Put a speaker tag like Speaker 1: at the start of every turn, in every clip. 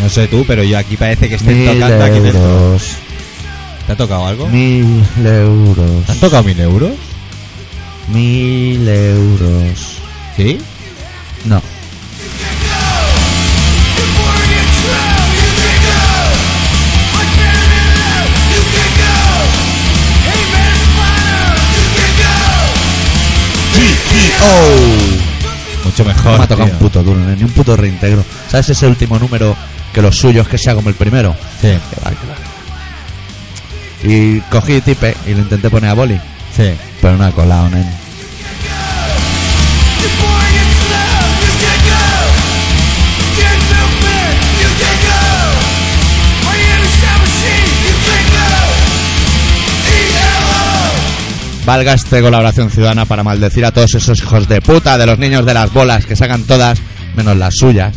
Speaker 1: No sé tú, pero yo aquí parece que estén
Speaker 2: Mil
Speaker 1: tocando aquí dentro.
Speaker 2: euros.
Speaker 1: ¿Te ha tocado algo?
Speaker 2: Mil euros.
Speaker 1: ¿Te han tocado mil euros?
Speaker 2: Mil euros.
Speaker 1: ¿Sí?
Speaker 2: No.
Speaker 1: Mucho mejor.
Speaker 2: No me ha tocado
Speaker 1: tío.
Speaker 2: un puto duro, ni un puto reintegro. ¿Sabes ese último número que los suyos que sea como el primero?
Speaker 1: Sí,
Speaker 2: Que vale, que vale. Y cogí tipe y lo intenté poner a boli,
Speaker 1: sí.
Speaker 2: pero no ha colado, nen. Valga este colaboración ciudadana para maldecir a todos esos hijos de puta de los niños de las bolas que sacan todas, menos las suyas.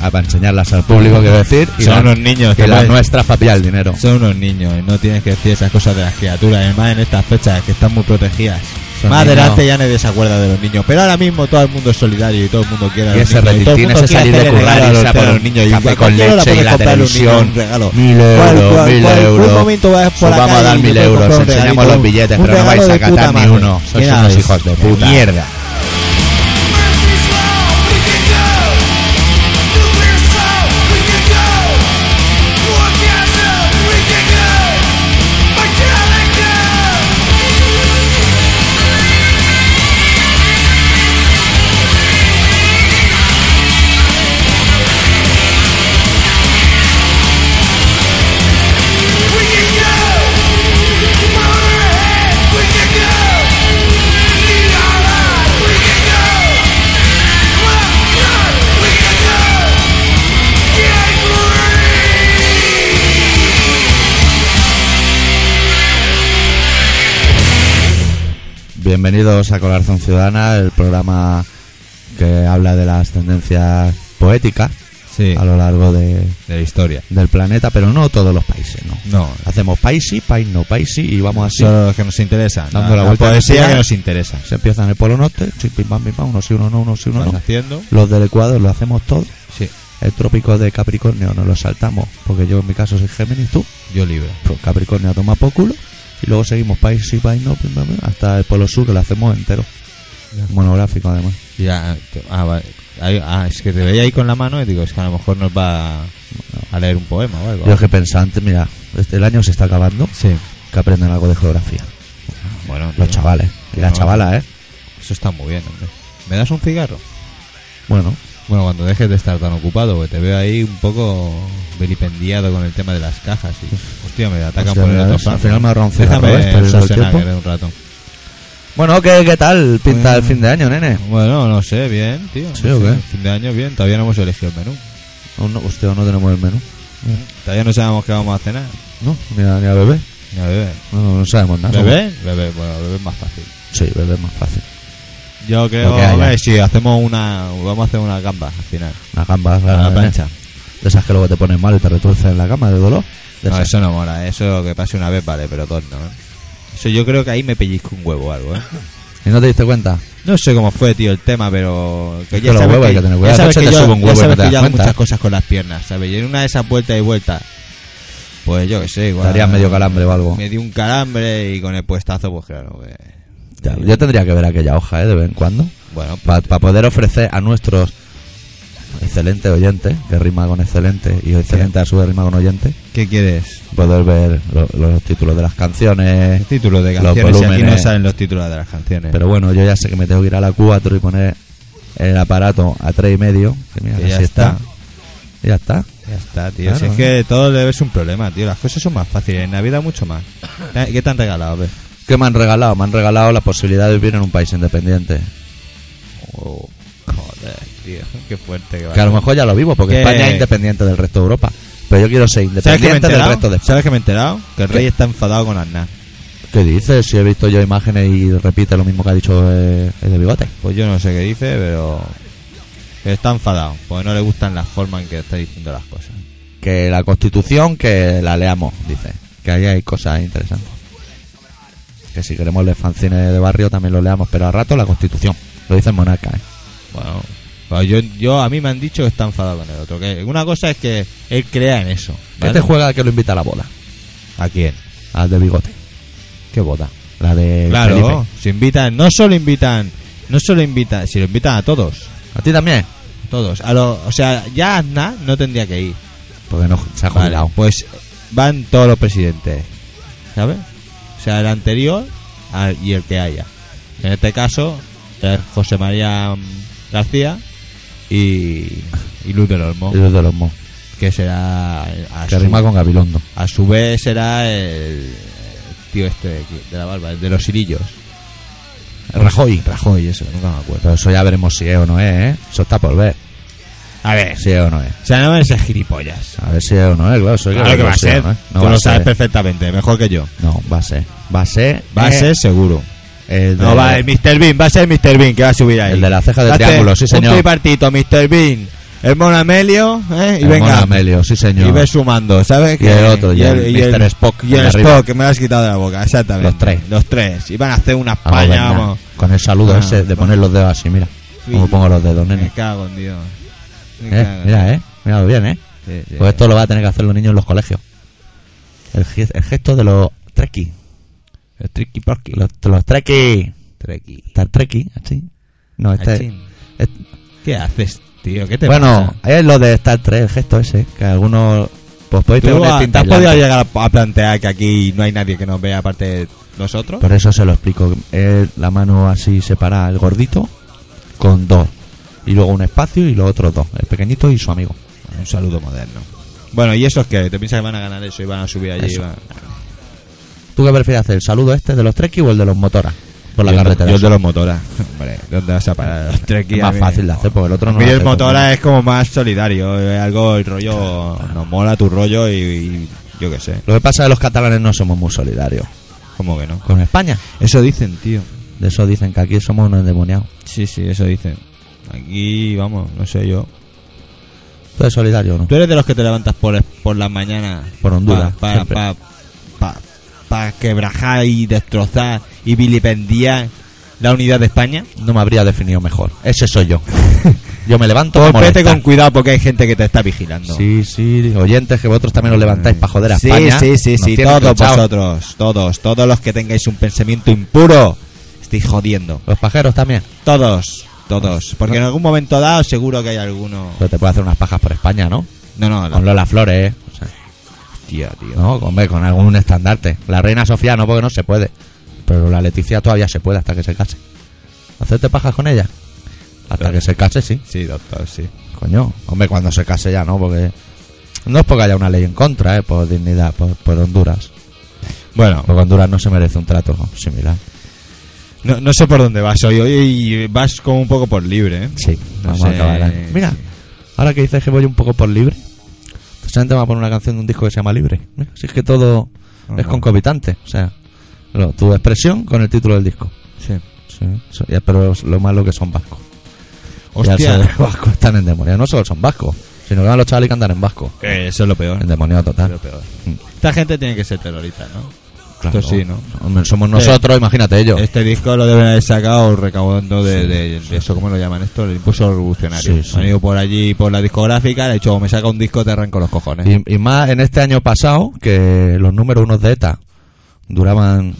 Speaker 2: Ah, Para enseñarlas al público, quiero decir. Y
Speaker 1: Son
Speaker 2: las-
Speaker 1: unos niños,
Speaker 2: Y las
Speaker 1: también.
Speaker 2: nuestras para pillar el dinero.
Speaker 1: Son unos niños y no tienes que decir esas cosas de las criaturas, además en estas fechas que están muy protegidas.
Speaker 2: Son
Speaker 1: Más
Speaker 2: niños.
Speaker 1: adelante ya nadie se acuerda de los niños, pero ahora mismo todo el mundo es solidario y todo el mundo quiere a
Speaker 2: Y
Speaker 1: los
Speaker 2: ese
Speaker 1: niños. y todo el
Speaker 2: retintín,
Speaker 1: mundo
Speaker 2: ese
Speaker 1: quiere
Speaker 2: salir de
Speaker 1: hacerle
Speaker 2: currar y
Speaker 1: regalos
Speaker 2: se pone
Speaker 1: a
Speaker 2: un niño y
Speaker 1: a
Speaker 2: un
Speaker 1: cualquiera
Speaker 2: café con
Speaker 1: le
Speaker 2: leche
Speaker 1: puede
Speaker 2: y la
Speaker 1: comprar un niño
Speaker 2: televisión.
Speaker 1: un regalo.
Speaker 2: Mil
Speaker 1: ¿Cuál-
Speaker 2: euros,
Speaker 1: cuál-
Speaker 2: mil
Speaker 1: cuál-
Speaker 2: euros.
Speaker 1: Un momento vas por la
Speaker 2: Os vamos a
Speaker 1: calle
Speaker 2: dar
Speaker 1: y
Speaker 2: mil
Speaker 1: te
Speaker 2: euros,
Speaker 1: compras un
Speaker 2: enseñamos
Speaker 1: regalito,
Speaker 2: los billetes,
Speaker 1: un
Speaker 2: pero no vais
Speaker 1: regalo
Speaker 2: a
Speaker 1: de puta
Speaker 2: catar ni
Speaker 1: madre.
Speaker 2: uno. Sois
Speaker 1: Ya
Speaker 2: unos
Speaker 1: ves.
Speaker 2: hijos de puta.
Speaker 1: Mierda.
Speaker 2: Bienvenidos a Colaboración Ciudadana, el programa que habla de las tendencias poéticas
Speaker 1: Sí,
Speaker 2: a lo largo de-
Speaker 1: de la historia.
Speaker 2: del planeta, pero no todos los países, ¿no?
Speaker 1: No,
Speaker 2: Hacemos país sí, país no, país sí, y vamos así.
Speaker 1: solo los que nos interesan.
Speaker 2: Dando
Speaker 1: la,
Speaker 2: la
Speaker 1: la
Speaker 2: vuelta a la
Speaker 1: poesía
Speaker 2: esquina.
Speaker 1: que nos interesa.
Speaker 2: Se empieza en el Polo Norte, chin, pim, pam, pim, pam, uno sí, uno no, uno sí, uno
Speaker 1: Vas
Speaker 2: no.
Speaker 1: haciendo?
Speaker 2: Los del Ecuador lo hacemos todo.
Speaker 1: Sí,
Speaker 2: El trópico de Capricornio nos lo saltamos, porque yo en mi caso soy Géminis, tú.
Speaker 1: yo libre.
Speaker 2: Pues Capricornio toma por culo y luego seguimos país sí, país no, pim, pam, pim, hasta el Polo Sur que lo hacemos entero.
Speaker 1: Ya.
Speaker 2: Monográfico además.
Speaker 1: Ya, te- ah, va- ahí- ah, es que te veía ahí con la mano y digo, es que a lo mejor nos va a- a leer un poema o algo.
Speaker 2: Yo es que pensante, mira, este, el año se está acabando,
Speaker 1: Sí.
Speaker 2: que aprendan algo de geografía.
Speaker 1: Bueno,
Speaker 2: Los
Speaker 1: tío,
Speaker 2: chavales y
Speaker 1: que
Speaker 2: las
Speaker 1: no.
Speaker 2: chavalas, ¿eh?
Speaker 1: Eso está muy bien, hombre. ¿Me das un cigarro?
Speaker 2: Bueno,
Speaker 1: Bueno, cuando dejes de estar tan ocupado, porque te veo ahí un poco vilipendiado con el tema de las cajas. Y, hostia, me atacan
Speaker 2: Hostia,
Speaker 1: por el
Speaker 2: mira,
Speaker 1: otro
Speaker 2: ves, al
Speaker 1: flanco.
Speaker 2: final Pues, me ha ahorrado un cigarro, ¿ves?
Speaker 1: Déjame
Speaker 2: Perdiendo el
Speaker 1: Schwarzenegger
Speaker 2: tiempo.
Speaker 1: un rato.
Speaker 2: bueno ¿qué, qué tal pinta
Speaker 1: Bueno.
Speaker 2: el fin de año, nene?
Speaker 1: Bueno, no sé, bien, tío.
Speaker 2: ¿Sí
Speaker 1: no
Speaker 2: o
Speaker 1: sé,
Speaker 2: qué?
Speaker 1: Fin de año, bien. Todavía no hemos elegido el menú.
Speaker 2: Aún no, hostia, no tenemos el menú.
Speaker 1: Todavía no sabemos qué vamos a cenar.
Speaker 2: No, ni a, ni a bebé.
Speaker 1: Ni a beber.
Speaker 2: No, no sabemos nada.
Speaker 1: ¿Bebé? Bebé, bueno, bebé es más fácil.
Speaker 2: Sí, bebé es más fácil.
Speaker 1: Yo creo,
Speaker 2: Lo que haya.
Speaker 1: hombre, si hacemos una. Vamos a hacer una gamba al final.
Speaker 2: Una gamba,
Speaker 1: A
Speaker 2: claro,
Speaker 1: la
Speaker 2: nene.
Speaker 1: plancha.
Speaker 2: eh, De esas que luego te pones mal y te retuerces en la cama de dolor. De
Speaker 1: No,
Speaker 2: esas.
Speaker 1: eso no mola. Eso que pase una vez vale, pero dos no. ¿eh? Eso yo creo que ahí me pellizco un huevo o algo, ¿eh?
Speaker 2: ¿Y no te diste cuenta?
Speaker 1: No sé cómo fue, tío, el tema, pero...
Speaker 2: Es que los huevos hay que tener
Speaker 1: ya
Speaker 2: cuidado,
Speaker 1: sabes
Speaker 2: que se
Speaker 1: que
Speaker 2: te
Speaker 1: yo,
Speaker 2: sube un
Speaker 1: ya
Speaker 2: huevo y
Speaker 1: sabes
Speaker 2: no te
Speaker 1: que
Speaker 2: das
Speaker 1: yo hago
Speaker 2: cuenta.
Speaker 1: muchas cosas con las piernas, ¿sabes? Y en una de esas vueltas y vueltas... Pues yo que sé, igual...
Speaker 2: Darías medio calambre o algo.
Speaker 1: Me di un calambre y con el puestazo, pues claro... que-
Speaker 2: Ya, yo tendría que ver aquella hoja, ¿eh? De vez en cuando.
Speaker 1: Bueno, pues,
Speaker 2: Para poder ofrecer a nuestros excelentes oyentes, que rima con excelente y excelente a su vez rima con oyente,
Speaker 1: ¿qué quieres?
Speaker 2: poder ver lo- los títulos de las canciones.
Speaker 1: El título de
Speaker 2: Los
Speaker 1: canciones, y aquí no
Speaker 2: volúmenes.
Speaker 1: salen los títulos de las canciones.
Speaker 2: Pero bueno, yo ya sé que me tengo que ir a la 4 y poner el aparato a tres y medio. Que mira,
Speaker 1: Que
Speaker 2: que
Speaker 1: ya
Speaker 2: sí
Speaker 1: está.
Speaker 2: Y Ya está.
Speaker 1: Ya está, tío.
Speaker 2: Claro,
Speaker 1: si es
Speaker 2: ¿eh?
Speaker 1: que todo le ves un problema, tío. Las cosas son más fáciles. En Navidad mucho más. ¿Qué te han regalado? A ver.
Speaker 2: ¿Qué me han regalado? Me han regalado la posibilidad de vivir en un país independiente.
Speaker 1: Oh, joder, tío. Qué fuerte que va.
Speaker 2: Que a lo mejor ya lo vivo, porque
Speaker 1: ¿Qué?
Speaker 2: España es independiente del resto de Europa. Pero yo quiero ser
Speaker 1: ¿Sabes que me he
Speaker 2: independiente del
Speaker 1: enterado?
Speaker 2: resto de
Speaker 1: ¿Sabes que me he enterado? Que el
Speaker 2: ¿Qué?
Speaker 1: rey está enfadado con Aznar.
Speaker 2: ¿Qué dices? Si he visto yo imágenes y repite lo mismo que ha dicho eh, el de bigote.
Speaker 1: Pues yo no sé qué dice, pero... que Está enfadado, porque no le gustan las formas en que está diciendo las cosas.
Speaker 2: Que la constitución que la leamos, dice. Que ahí hay cosas interesantes. Que si queremos leer fanzines de barrio también lo leamos, pero al rato la constitución. Lo dice el monarca, ¿eh?
Speaker 1: Bueno, Pero Yo, yo a mí me han dicho que está enfadado con el otro. Que una cosa es que él crea en eso.
Speaker 2: ¿Qué
Speaker 1: ¿vale?
Speaker 2: te juega que lo invita a la boda?
Speaker 1: ¿A quién?
Speaker 2: Al de bigote. ¿Qué boda? La de
Speaker 1: Claro,
Speaker 2: Felipe.
Speaker 1: se invitan, no solo invitan, no solo invitan, si lo invitan a todos,
Speaker 2: ¿A ti también?
Speaker 1: todos, a lo, o sea, ya Aznar no tendría que ir.
Speaker 2: Porque no, se ha
Speaker 1: Vale,
Speaker 2: jubilado.
Speaker 1: pues van todos los presidentes, ¿sabes? O sea, el anterior al- y el que haya. En este caso, es José María mm, García y, y Luz del Olmo,
Speaker 2: Y los de los Mo.
Speaker 1: que será a
Speaker 2: Que
Speaker 1: su,
Speaker 2: rima con Gabilondo.
Speaker 1: a su vez será el tío este de, aquí, de la barba, el de los cirillos.
Speaker 2: Rajoy.
Speaker 1: Rajoy, eso, nunca me acuerdo.
Speaker 2: Pero eso ya veremos si es o no es, ¿eh? Eso está por ver.
Speaker 1: A ver,
Speaker 2: Si es o no es.
Speaker 1: O sea, no van a ser gilipollas.
Speaker 2: A ver si es o no es, claro. Eso hay
Speaker 1: Claro que
Speaker 2: verlo
Speaker 1: va a
Speaker 2: si es
Speaker 1: ser.
Speaker 2: o no es. ¿eh? No
Speaker 1: Tú
Speaker 2: va
Speaker 1: lo
Speaker 2: a ser.
Speaker 1: sabes perfectamente, mejor que yo.
Speaker 2: No, va a ser. Va a ser.
Speaker 1: Va a
Speaker 2: eh,
Speaker 1: ser seguro.
Speaker 2: El Eh, de,
Speaker 1: No, va el Mr. Bean, va a ser Mr. Bean que va a subir ahí.
Speaker 2: El de la ceja de
Speaker 1: Date
Speaker 2: triángulo, sí, señor.
Speaker 1: Un tripartito, Mr. Bean, el Mon Amelio, ¿eh? y
Speaker 2: el
Speaker 1: venga.
Speaker 2: Mono Amelio, sí, señor.
Speaker 1: Y ve sumando, ¿sabes?
Speaker 2: Y el otro, y el Mr. Spock,
Speaker 1: Y
Speaker 2: el
Speaker 1: el
Speaker 2: de arriba.
Speaker 1: Spock, que me lo has quitado de la boca, exactamente.
Speaker 2: Los tres.
Speaker 1: Los tres. Y van a hacer una
Speaker 2: A gobernar.
Speaker 1: España, vamos.
Speaker 2: Con el saludo
Speaker 1: Ah,
Speaker 2: ese de
Speaker 1: bueno.
Speaker 2: poner los dedos así, mira. Como
Speaker 1: Sí. Eh,
Speaker 2: pongo los dedos,
Speaker 1: Me
Speaker 2: nene.
Speaker 1: cago en Dios. Me
Speaker 2: Eh,
Speaker 1: cago en
Speaker 2: mira, eh. Míralo bien, eh.
Speaker 1: Dios. Sí, sí.
Speaker 2: Pues esto lo va a tener que hacer los niños en los colegios. El, ge- el gesto de los trekkies.
Speaker 1: El Tricky Porky.
Speaker 2: Los, los trekkies.
Speaker 1: Tricky.
Speaker 2: Está el trekkie, así. No, este.
Speaker 1: Achín.
Speaker 2: este-
Speaker 1: ¿Qué haces, tío? ¿Qué te
Speaker 2: bueno,
Speaker 1: pasa?
Speaker 2: es lo de Star Trek, el gesto ese. Que algunos. Pues podéis
Speaker 1: ¿Tú
Speaker 2: tener
Speaker 1: a-
Speaker 2: un
Speaker 1: ¿Te has podido llegar a, a plantear que aquí no hay nadie que nos vea aparte de nosotros?
Speaker 2: Por eso se lo explico. Es la mano así separada, el gordito, con dos. Y luego un espacio y los otros dos. El pequeñito y su amigo.
Speaker 1: Un saludo moderno. Bueno, ¿y esos que ¿Te piensas que van a ganar eso y van a subir allí?
Speaker 2: Eso.
Speaker 1: y van-
Speaker 2: ¿Tú qué prefieres hacer? ¿El saludo este de los trekkies o el de los motoras? Por la
Speaker 1: Yo-
Speaker 2: carretera. Eh,
Speaker 1: Yo el de los motoras. Hombre, ¿dónde vas a parar? Los trekkies
Speaker 2: es
Speaker 1: a
Speaker 2: más
Speaker 1: mí-
Speaker 2: fácil de hacer porque el otro no
Speaker 1: A mí
Speaker 2: lo
Speaker 1: el
Speaker 2: hace
Speaker 1: motora
Speaker 2: con-
Speaker 1: es como más solidario. Es algo, el rollo. Nos mola tu rollo y. y yo qué sé.
Speaker 2: Lo que pasa es que los catalanes no somos muy solidarios
Speaker 1: ¿Cómo que no?
Speaker 2: con España.
Speaker 1: Eso dicen, tío.
Speaker 2: De eso dicen que aquí somos unos endemoniados.
Speaker 1: Sí, sí, eso dicen. Aquí, vamos, no sé yo.
Speaker 2: ¿Tú eres solidario o no?
Speaker 1: ¿Tú eres de los que te levantas por, por las mañanas?
Speaker 2: Por Honduras,
Speaker 1: Para
Speaker 2: siempre.
Speaker 1: pa, pa- pa quebrajar y destrozar y vilipendiar la unidad de España.
Speaker 2: No me habría definido mejor. Ese soy yo. yo me levanto a
Speaker 1: Golpete
Speaker 2: molestar.
Speaker 1: Pues con cuidado porque hay gente que te está vigilando.
Speaker 2: Sí, sí, oyentes que vosotros también os levantáis para joder a
Speaker 1: sí,
Speaker 2: España.
Speaker 1: Sí, sí,
Speaker 2: Nos
Speaker 1: sí,
Speaker 2: tienen
Speaker 1: todos
Speaker 2: escuchados.
Speaker 1: vosotros, todos, todos los que tengáis un pensamiento impuro, estáis jodiendo.
Speaker 2: Los pajeros también.
Speaker 1: Todos, todos. Porque en algún momento dado seguro que hay alguno...
Speaker 2: Pero te puedes hacer unas pajas por España, ¿no?
Speaker 1: No, no,
Speaker 2: Con
Speaker 1: no.
Speaker 2: Lola Flores, ¿eh? O sea,
Speaker 1: Hostia, tío.
Speaker 2: no, hombre, con algún estandarte. La reina Sofía no, porque no se puede. Pero la Leticia todavía se puede hasta que se case. ¿Hacerte pajas con ella? Hasta que se case, sí.
Speaker 1: Sí, doctor, sí.
Speaker 2: Coño, hombre, cuando se case ya, ¿no? Porque no es porque haya una ley en contra, ¿eh? Por dignidad, por, por Honduras.
Speaker 1: Bueno,
Speaker 2: Porque Honduras no se merece un trato similar.
Speaker 1: no, no sé por dónde vas hoy, hoy vas como un poco por libre, ¿eh?
Speaker 2: Sí,
Speaker 1: No
Speaker 2: vamos a
Speaker 1: sé,
Speaker 2: acabar. el año. Mira,
Speaker 1: sí.
Speaker 2: ahora que dices que voy un poco por libre, precisamente vamos a poner una canción de un disco que se llama Libre. Mira, si es que todo
Speaker 1: Ajá.
Speaker 2: es concomitante, o sea, lo- tu expresión con el título del disco.
Speaker 1: Sí.
Speaker 2: Sí, so- ya, pero es lo malo que son vascos. Ya
Speaker 1: Hostia,
Speaker 2: los vascos están endemoniados. No solo son vascos, sino que van los chavales que andan en vasco.
Speaker 1: Eh, eso es lo peor.
Speaker 2: Endemoniado total.
Speaker 1: Lo peor.
Speaker 2: Mm.
Speaker 1: Esta gente tiene que ser terrorista, ¿no?
Speaker 2: Claro.
Speaker 1: Esto sí, ¿no? Eh,
Speaker 2: Hombre, somos nosotros, imagínate ellos.
Speaker 1: Este disco lo deben haber sacado recaudando de, de- de eso, ¿cómo lo llaman esto? El impulso revolucionario.
Speaker 2: Sí, sí.
Speaker 1: Han ido por allí, por la discográfica, le han dicho, "Oh, me saca un disco, te arranco los cojones.
Speaker 2: Y, y más en este año pasado, que los números unos de ETA duraban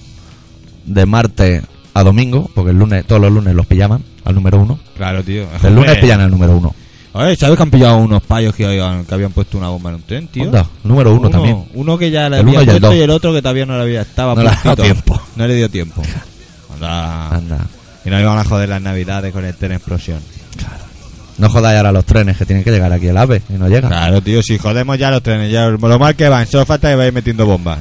Speaker 2: de martes a domingo, porque el lunes, todos los lunes los pillaban al número uno.
Speaker 1: Claro, tío.
Speaker 2: El lunes
Speaker 1: Joder.
Speaker 2: pillan al número uno.
Speaker 1: Oye, ¿sabes que han pillado unos payos que, habían- que habían puesto una bomba en un tren, tío?
Speaker 2: Onda, número uno, también.
Speaker 1: Uno que ya le
Speaker 2: El uno
Speaker 1: había
Speaker 2: y el
Speaker 1: puesto
Speaker 2: dos.
Speaker 1: y el otro que todavía no le había estaba
Speaker 2: No le ha dado
Speaker 1: puestito.
Speaker 2: tiempo.
Speaker 1: No le dio tiempo. Anda.
Speaker 2: Anda.
Speaker 1: Y no iban a joder las navidades con el tren explosión.
Speaker 2: No jodáis ahora los trenes que tienen que llegar aquí el AVE y no llega.
Speaker 1: Claro, tío, si jodemos ya los trenes, ya lo mal que van, solo falta que vayáis metiendo bombas.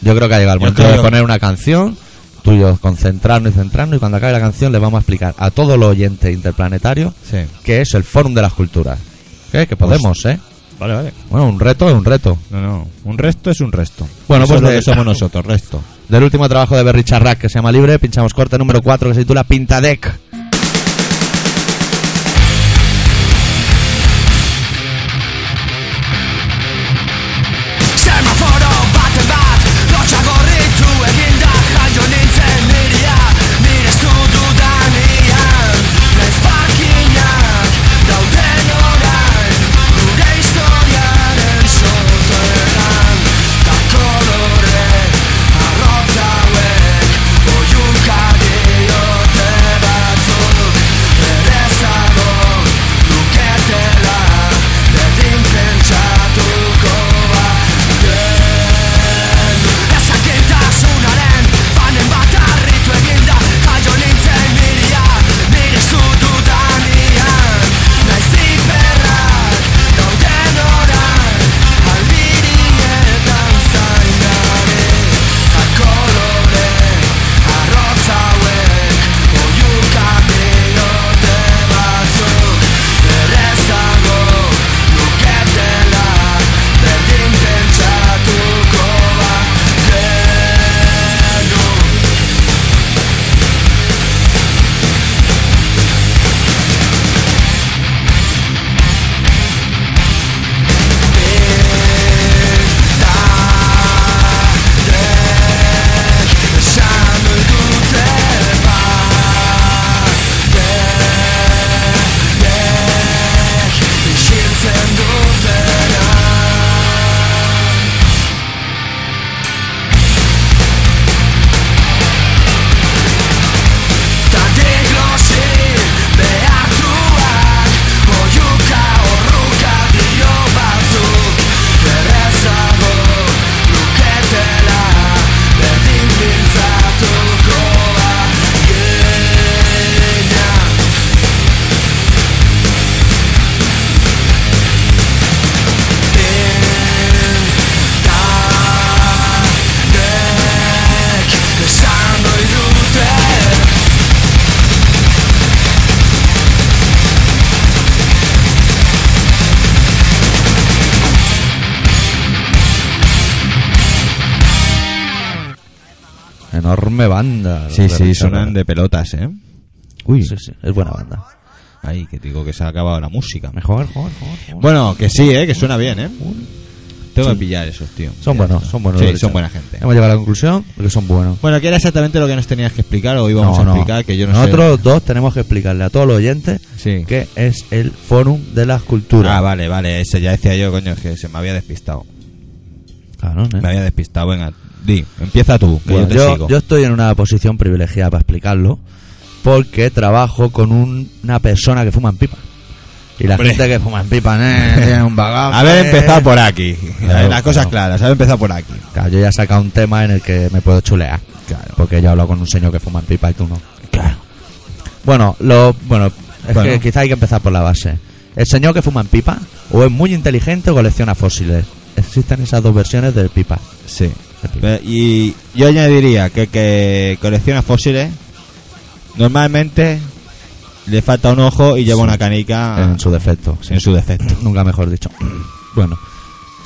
Speaker 2: Yo creo que ha llegado el
Speaker 1: Yo
Speaker 2: momento
Speaker 1: creo
Speaker 2: de
Speaker 1: que-
Speaker 2: poner una canción, tuyos concentrarnos y centrarnos, y cuando acabe la canción les vamos a explicar a todos los oyentes interplanetarios
Speaker 1: Sí.
Speaker 2: que es el Fórum de las Culturas. ¿Qué? Que
Speaker 1: Pues
Speaker 2: podemos, ¿eh?
Speaker 1: Vale, vale.
Speaker 2: Bueno, un reto es un reto.
Speaker 1: No, no. Un resto es un resto.
Speaker 2: Bueno,
Speaker 1: Eso
Speaker 2: pues
Speaker 1: es lo
Speaker 2: de-
Speaker 1: que somos nosotros, resto.
Speaker 2: Del último trabajo de Berry Charrac que se llama Libre, pinchamos corte número 4 que se titula Pintadec.
Speaker 3: Semaforo bate bat Lotxa gorritu eginda Jaio nintzen niria Nire eskutu da nian Naiz bakina
Speaker 2: enorme banda.
Speaker 1: Sí,
Speaker 2: los
Speaker 1: sí,
Speaker 2: Red
Speaker 1: sonan
Speaker 2: Chili
Speaker 1: de pelotas, ¿eh?
Speaker 2: Peppers. Sí, sí, es buena banda.
Speaker 1: Ay, que digo que se ha acabado la música.
Speaker 2: Mejor, mejor, mejor.
Speaker 1: Bueno, que sí, ¿eh? Que suena bien, ¿eh? Tengo que pillar esos, tío.
Speaker 2: Son
Speaker 1: Ya
Speaker 2: buenos,
Speaker 1: está.
Speaker 2: son buenos.
Speaker 1: Sí,
Speaker 2: los Red
Speaker 1: son
Speaker 2: Chili.
Speaker 1: buena gente.
Speaker 2: Hemos llegado a la conclusión de que son buenos.
Speaker 1: Bueno, que era exactamente lo que nos tenías que explicar o íbamos
Speaker 2: No,
Speaker 1: a
Speaker 2: no.
Speaker 1: explicar, que yo no
Speaker 2: Nosotros dos tenemos que explicarle a todos los oyentes
Speaker 1: sé. Sí.
Speaker 2: que es el Fórum de las Culturas.
Speaker 1: Ah, vale, vale, eso ya decía yo, coño, que se me había despistado.
Speaker 2: Cabrón, ¿eh?
Speaker 1: Me había despistado, venga. Di, empieza tú, que
Speaker 2: Bueno,
Speaker 1: yo te
Speaker 2: yo,
Speaker 1: sigo.
Speaker 2: yo estoy en una posición privilegiada para explicarlo porque trabajo con un- una persona que fuma en pipa. Y la
Speaker 1: Hombre.
Speaker 2: gente que fuma en pipa eh, tiene un bagaje.
Speaker 1: A ver, empezar por aquí.
Speaker 2: Claro,
Speaker 1: eh, Las cosas
Speaker 2: claro.
Speaker 1: claras, haber empezado por aquí.
Speaker 2: Claro, yo ya he sacado un tema en el que me puedo chulear.
Speaker 1: Claro.
Speaker 2: Porque yo he hablado con un señor que fuma en pipa y tú no.
Speaker 1: Claro.
Speaker 2: Bueno, lo, bueno es
Speaker 1: Bueno.
Speaker 2: que quizá hay que empezar por la base. El señor que fuma en pipa o es muy inteligente o colecciona fósiles. Existen esas dos versiones del pipa.
Speaker 1: Sí.
Speaker 2: El pipa.
Speaker 1: Pero- Y yo añadiría que que colecciona fósiles. Normalmente le falta un ojo y lleva
Speaker 2: Sí.
Speaker 1: una canica
Speaker 2: en su defecto. sí.
Speaker 1: Ah. en su defecto.
Speaker 2: Nunca mejor dicho. Bueno,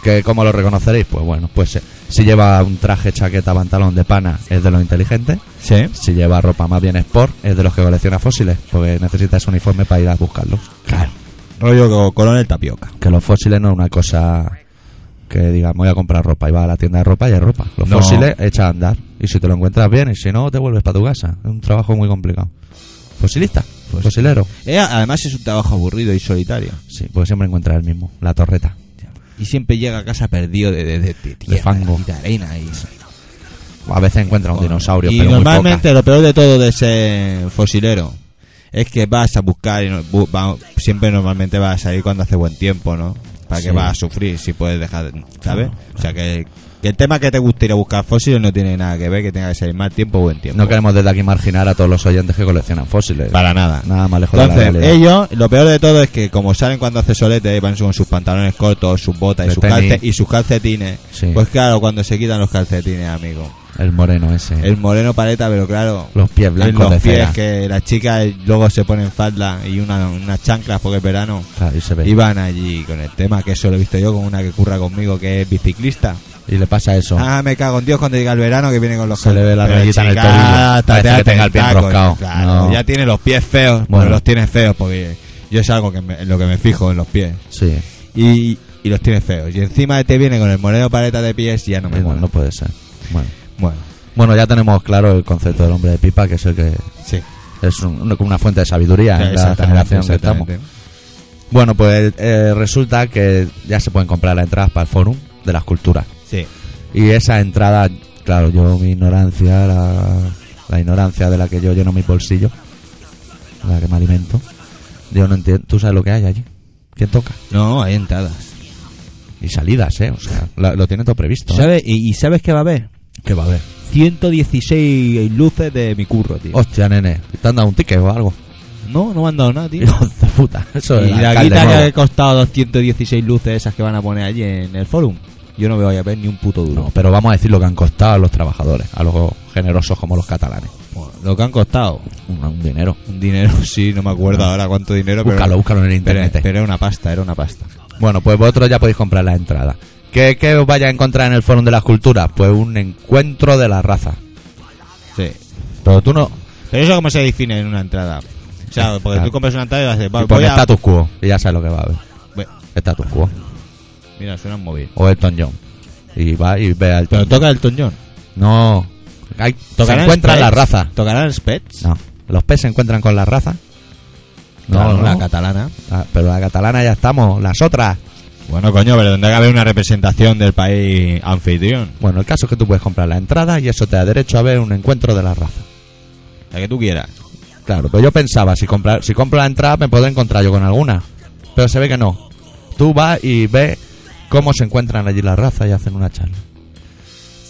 Speaker 2: que ¿cómo lo reconoceréis? Pues bueno, pues eh, si lleva un traje, chaqueta, pantalón de pana, es de los inteligentes.
Speaker 1: Sí.
Speaker 2: Si lleva ropa más bien sport, es de los que colecciona fósiles, porque necesita ese uniforme para ir a buscarlos.
Speaker 1: Claro. Rollo co- coronel tapioca.
Speaker 2: Que los fósiles no es una cosa que digamos voy a comprar ropa y va a la tienda de ropa y hay ropa. Los
Speaker 1: No.
Speaker 2: fósiles echa a andar. Y si te lo encuentras bien, y si no, te vuelves para tu casa. Es un trabajo muy complicado. Fosilista, fosilero.
Speaker 1: Eh, además es un trabajo aburrido y solitario.
Speaker 2: Sí, porque siempre encuentras el mismo, la torreta.
Speaker 1: Y siempre llega a casa perdido de, de, de, de tierra
Speaker 2: fango.
Speaker 1: y de arena. Y,
Speaker 2: A veces encuentras un dinosaurio,
Speaker 1: y
Speaker 2: pero muy
Speaker 1: normalmente lo peor de todo de ese fosilero es que vas a buscar y no- bu- va- siempre normalmente vas a salir cuando hace buen tiempo, ¿no? Para que
Speaker 2: Sí.
Speaker 1: vas a sufrir si puedes dejar, de- ¿sabes?
Speaker 2: Claro,
Speaker 1: O sea que, que el tema que te gusta ir a buscar fósiles no tiene nada que ver que tenga que salir mal tiempo o buen tiempo.
Speaker 2: No queremos desde aquí marginar a todos los oyentes que coleccionan fósiles.
Speaker 1: para nada.
Speaker 2: Nada más lejos de la
Speaker 1: Entonces,
Speaker 2: realidad.
Speaker 1: ellos, lo peor de todo es que como salen cuando hace solete, eh, van con sus pantalones cortos, sus botas y
Speaker 2: De
Speaker 1: sus,
Speaker 2: tenis.
Speaker 1: calce- y sus calcetines.
Speaker 2: Sí.
Speaker 1: Pues claro, cuando se quitan los calcetines, amigo.
Speaker 2: El moreno ese.
Speaker 1: El moreno paleta, pero claro,
Speaker 2: los pies
Speaker 1: en
Speaker 2: blancos
Speaker 1: los
Speaker 2: de
Speaker 1: pies
Speaker 2: cera.
Speaker 1: que las chicas luego se ponen falda y una- unas chanclas porque es verano.
Speaker 2: Claro, y, se ve.
Speaker 1: Y van allí con el tema, que eso lo he visto yo con una que curra conmigo, que es biciclista.
Speaker 2: Y le pasa eso.
Speaker 1: Ah, me cago en Dios cuando llega el verano que viene con los
Speaker 2: Se le ve la
Speaker 1: Pero
Speaker 2: rayita en el
Speaker 1: chica,
Speaker 2: tobillo.
Speaker 1: tateate
Speaker 2: Parece que tenga el pie
Speaker 1: taco,
Speaker 2: enroscado.
Speaker 1: Claro,
Speaker 2: No.
Speaker 1: ya tiene los pies feos, pero
Speaker 2: Bueno.
Speaker 1: los tiene feos porque yo es algo que me- en lo que me fijo en los pies.
Speaker 2: Sí.
Speaker 1: Y, y los tiene feos. Y encima te viene con el moreno paleta de pies y ya no me
Speaker 2: Igual,
Speaker 1: mola.
Speaker 2: no puede ser. Bueno.
Speaker 1: Bueno,
Speaker 2: Bueno, ya tenemos claro el concepto del hombre de pipa, que es el que
Speaker 1: sí.
Speaker 2: es un- un- como una fuente de sabiduría en la
Speaker 1: Exactamente,
Speaker 2: generación que estamos.
Speaker 1: exactamente.
Speaker 2: Bueno, pues eh, resulta que ya se pueden comprar las entradas para el Fórum de las Culturas.
Speaker 1: Sí.
Speaker 2: Y esa entrada, claro, yo mi ignorancia, la, la ignorancia de la que yo lleno mis bolsillos, la que me alimento, yo no entiendo. ¿Tú sabes lo que hay allí? ¿Quién toca?
Speaker 1: No, hay entradas.
Speaker 2: Y salidas, ¿eh? O sea, la- lo tiene todo previsto. ¿eh?
Speaker 1: ¿Sabes? ¿Y, y sabes qué va a haber?
Speaker 2: ¿Qué va a haber?
Speaker 1: 116 luces de mi curro, tío.
Speaker 2: Hostia, nene, ¿te han dado un ticket o algo?
Speaker 1: No, no me han dado nada, tío.
Speaker 2: Hijo de puta, eso
Speaker 1: y
Speaker 2: es
Speaker 1: la guita que ha costado 216 luces esas que van a poner allí en el forum. Yo no me voy a ver ni un puto duro.
Speaker 2: No, pero vamos a decir lo que han costado a los trabajadores, a los generosos como los catalanes.
Speaker 1: Bueno, Lo que han costado.
Speaker 2: Un, un dinero.
Speaker 1: Un dinero, sí, no me acuerdo
Speaker 2: No.
Speaker 1: ahora cuánto dinero, pero,
Speaker 2: búscalo, búscalo en el
Speaker 1: pero-
Speaker 2: internet.
Speaker 1: pero era una pasta, era una pasta.
Speaker 2: Bueno, pues vosotros ya podéis comprar la entrada. ¿Qué, ¿Qué os vaya a encontrar en el Fórum de las Culturas? Pues un encuentro de la raza.
Speaker 1: Sí.
Speaker 2: Pero tú no.
Speaker 1: Pero eso cómo se define en una entrada. O sea, porque
Speaker 2: Claro.
Speaker 1: tú compras una entrada y vas a decir, va,
Speaker 2: y pone
Speaker 1: voy a-
Speaker 2: status quo. Y ya sabes lo que va a haber.
Speaker 1: voy-
Speaker 2: Status quo.
Speaker 1: Mira, suena un móvil.
Speaker 2: O Elton John. Y va y ve a Elton
Speaker 1: Pero
Speaker 2: John.
Speaker 1: toca el John.
Speaker 2: No. Hay, se
Speaker 1: ¿Tocarán
Speaker 2: encuentra
Speaker 1: Spets?
Speaker 2: la raza.
Speaker 1: ¿Tocarán Spets?
Speaker 2: No. Los peces se encuentran con la raza. No,
Speaker 1: Claro,
Speaker 2: no.
Speaker 1: la catalana.
Speaker 2: Ah, pero la catalana ya estamos. Las otras.
Speaker 1: Bueno, coño, pero tendrá que haber una representación del país anfitrión.
Speaker 2: Bueno, el caso es que tú puedes comprar la entrada y eso te da derecho a ver un encuentro de la raza.
Speaker 1: La que tú quieras.
Speaker 2: Claro, pues yo pensaba, si, comprar, si compro la entrada me podré encontrar yo con alguna. Pero se ve que no. Tú vas y ves cómo se encuentran allí las razas y hacen una charla.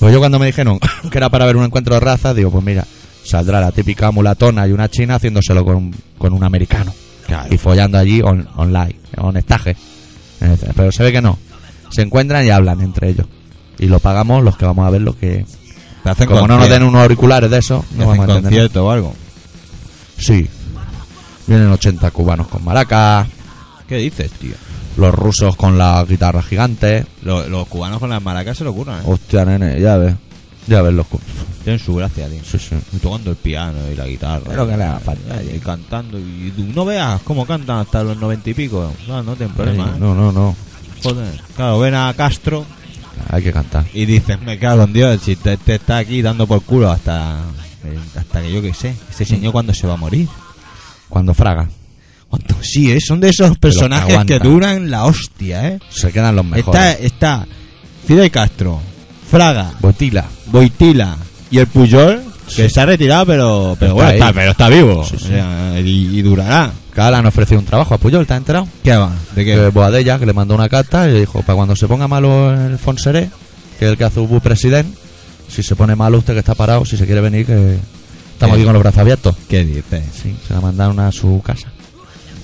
Speaker 2: Pues yo cuando me dijeron que era para ver un encuentro de razas, digo, pues mira, saldrá la típica mulatona y una china haciéndoselo con, un- con un americano.
Speaker 1: Claro.
Speaker 2: Y follando allí on- online, honestaje. Pero se ve que no. Se encuentran y hablan entre ellos. Y lo pagamos los que vamos a ver lo que...
Speaker 1: Te hacen
Speaker 2: Como no nos den
Speaker 1: concierto.
Speaker 2: unos auriculares de eso,
Speaker 1: Te
Speaker 2: no
Speaker 1: hacen
Speaker 2: vamos a entender.
Speaker 1: concierto o algo.
Speaker 2: Sí. Vienen 80 cubanos con maracas,
Speaker 1: ¿Qué dices, tío?
Speaker 2: los rusos con la guitarra gigante.
Speaker 1: Lo- Los, cubanos con las maracas se lo curan, ¿eh?
Speaker 2: Hostia, nene, ya ves. Ya ves los cu-
Speaker 1: Tienen su gracia, tío.
Speaker 2: Sí, sí.
Speaker 1: Y tocando el piano y la guitarra.
Speaker 2: Es lo que le haga falta,
Speaker 1: eh, Y cantando. Y tú no veas cómo cantan hasta los noventa y pico. No, no tienen problema.
Speaker 2: Ay,
Speaker 1: ¿eh?
Speaker 2: No, no, no.
Speaker 1: Joder. Claro, ven a Castro
Speaker 2: Hay que cantar.
Speaker 1: y dices, me cago en Dios, si te, te está aquí dando por culo hasta, eh, hasta que yo qué sé. Este señor cuándo se va a morir.
Speaker 2: Cuando fraga.
Speaker 1: ¿Cuándo? Sí, ¿eh? son de esos personajes que,
Speaker 2: aguanta.
Speaker 1: duran la hostia, ¿eh?
Speaker 2: Se quedan los
Speaker 1: Está, eh.
Speaker 2: mejores.
Speaker 1: está Fidel Castro, Fraga,
Speaker 2: Botila.
Speaker 1: Boitila y el Puyol, que
Speaker 2: Sí.
Speaker 1: se ha retirado, pero, pero
Speaker 2: Está
Speaker 1: bueno,
Speaker 2: ahí.
Speaker 1: está, pero está vivo.
Speaker 2: Sí, sí.
Speaker 1: O sea, y, y durará.
Speaker 2: Cada le han ofrecido un trabajo a Puyol, ¿te has enterado?
Speaker 1: ¿Qué va? ¿De
Speaker 2: Que Boadella, que le mandó una carta y le dijo, para cuando se ponga malo el Fonseré, que es el que hace Ubu presidente, si se pone malo usted que está parado, si se quiere venir, que estamos aquí con los brazos abiertos.
Speaker 1: ¿Qué dices?
Speaker 2: Sí, se la mandaron a su casa.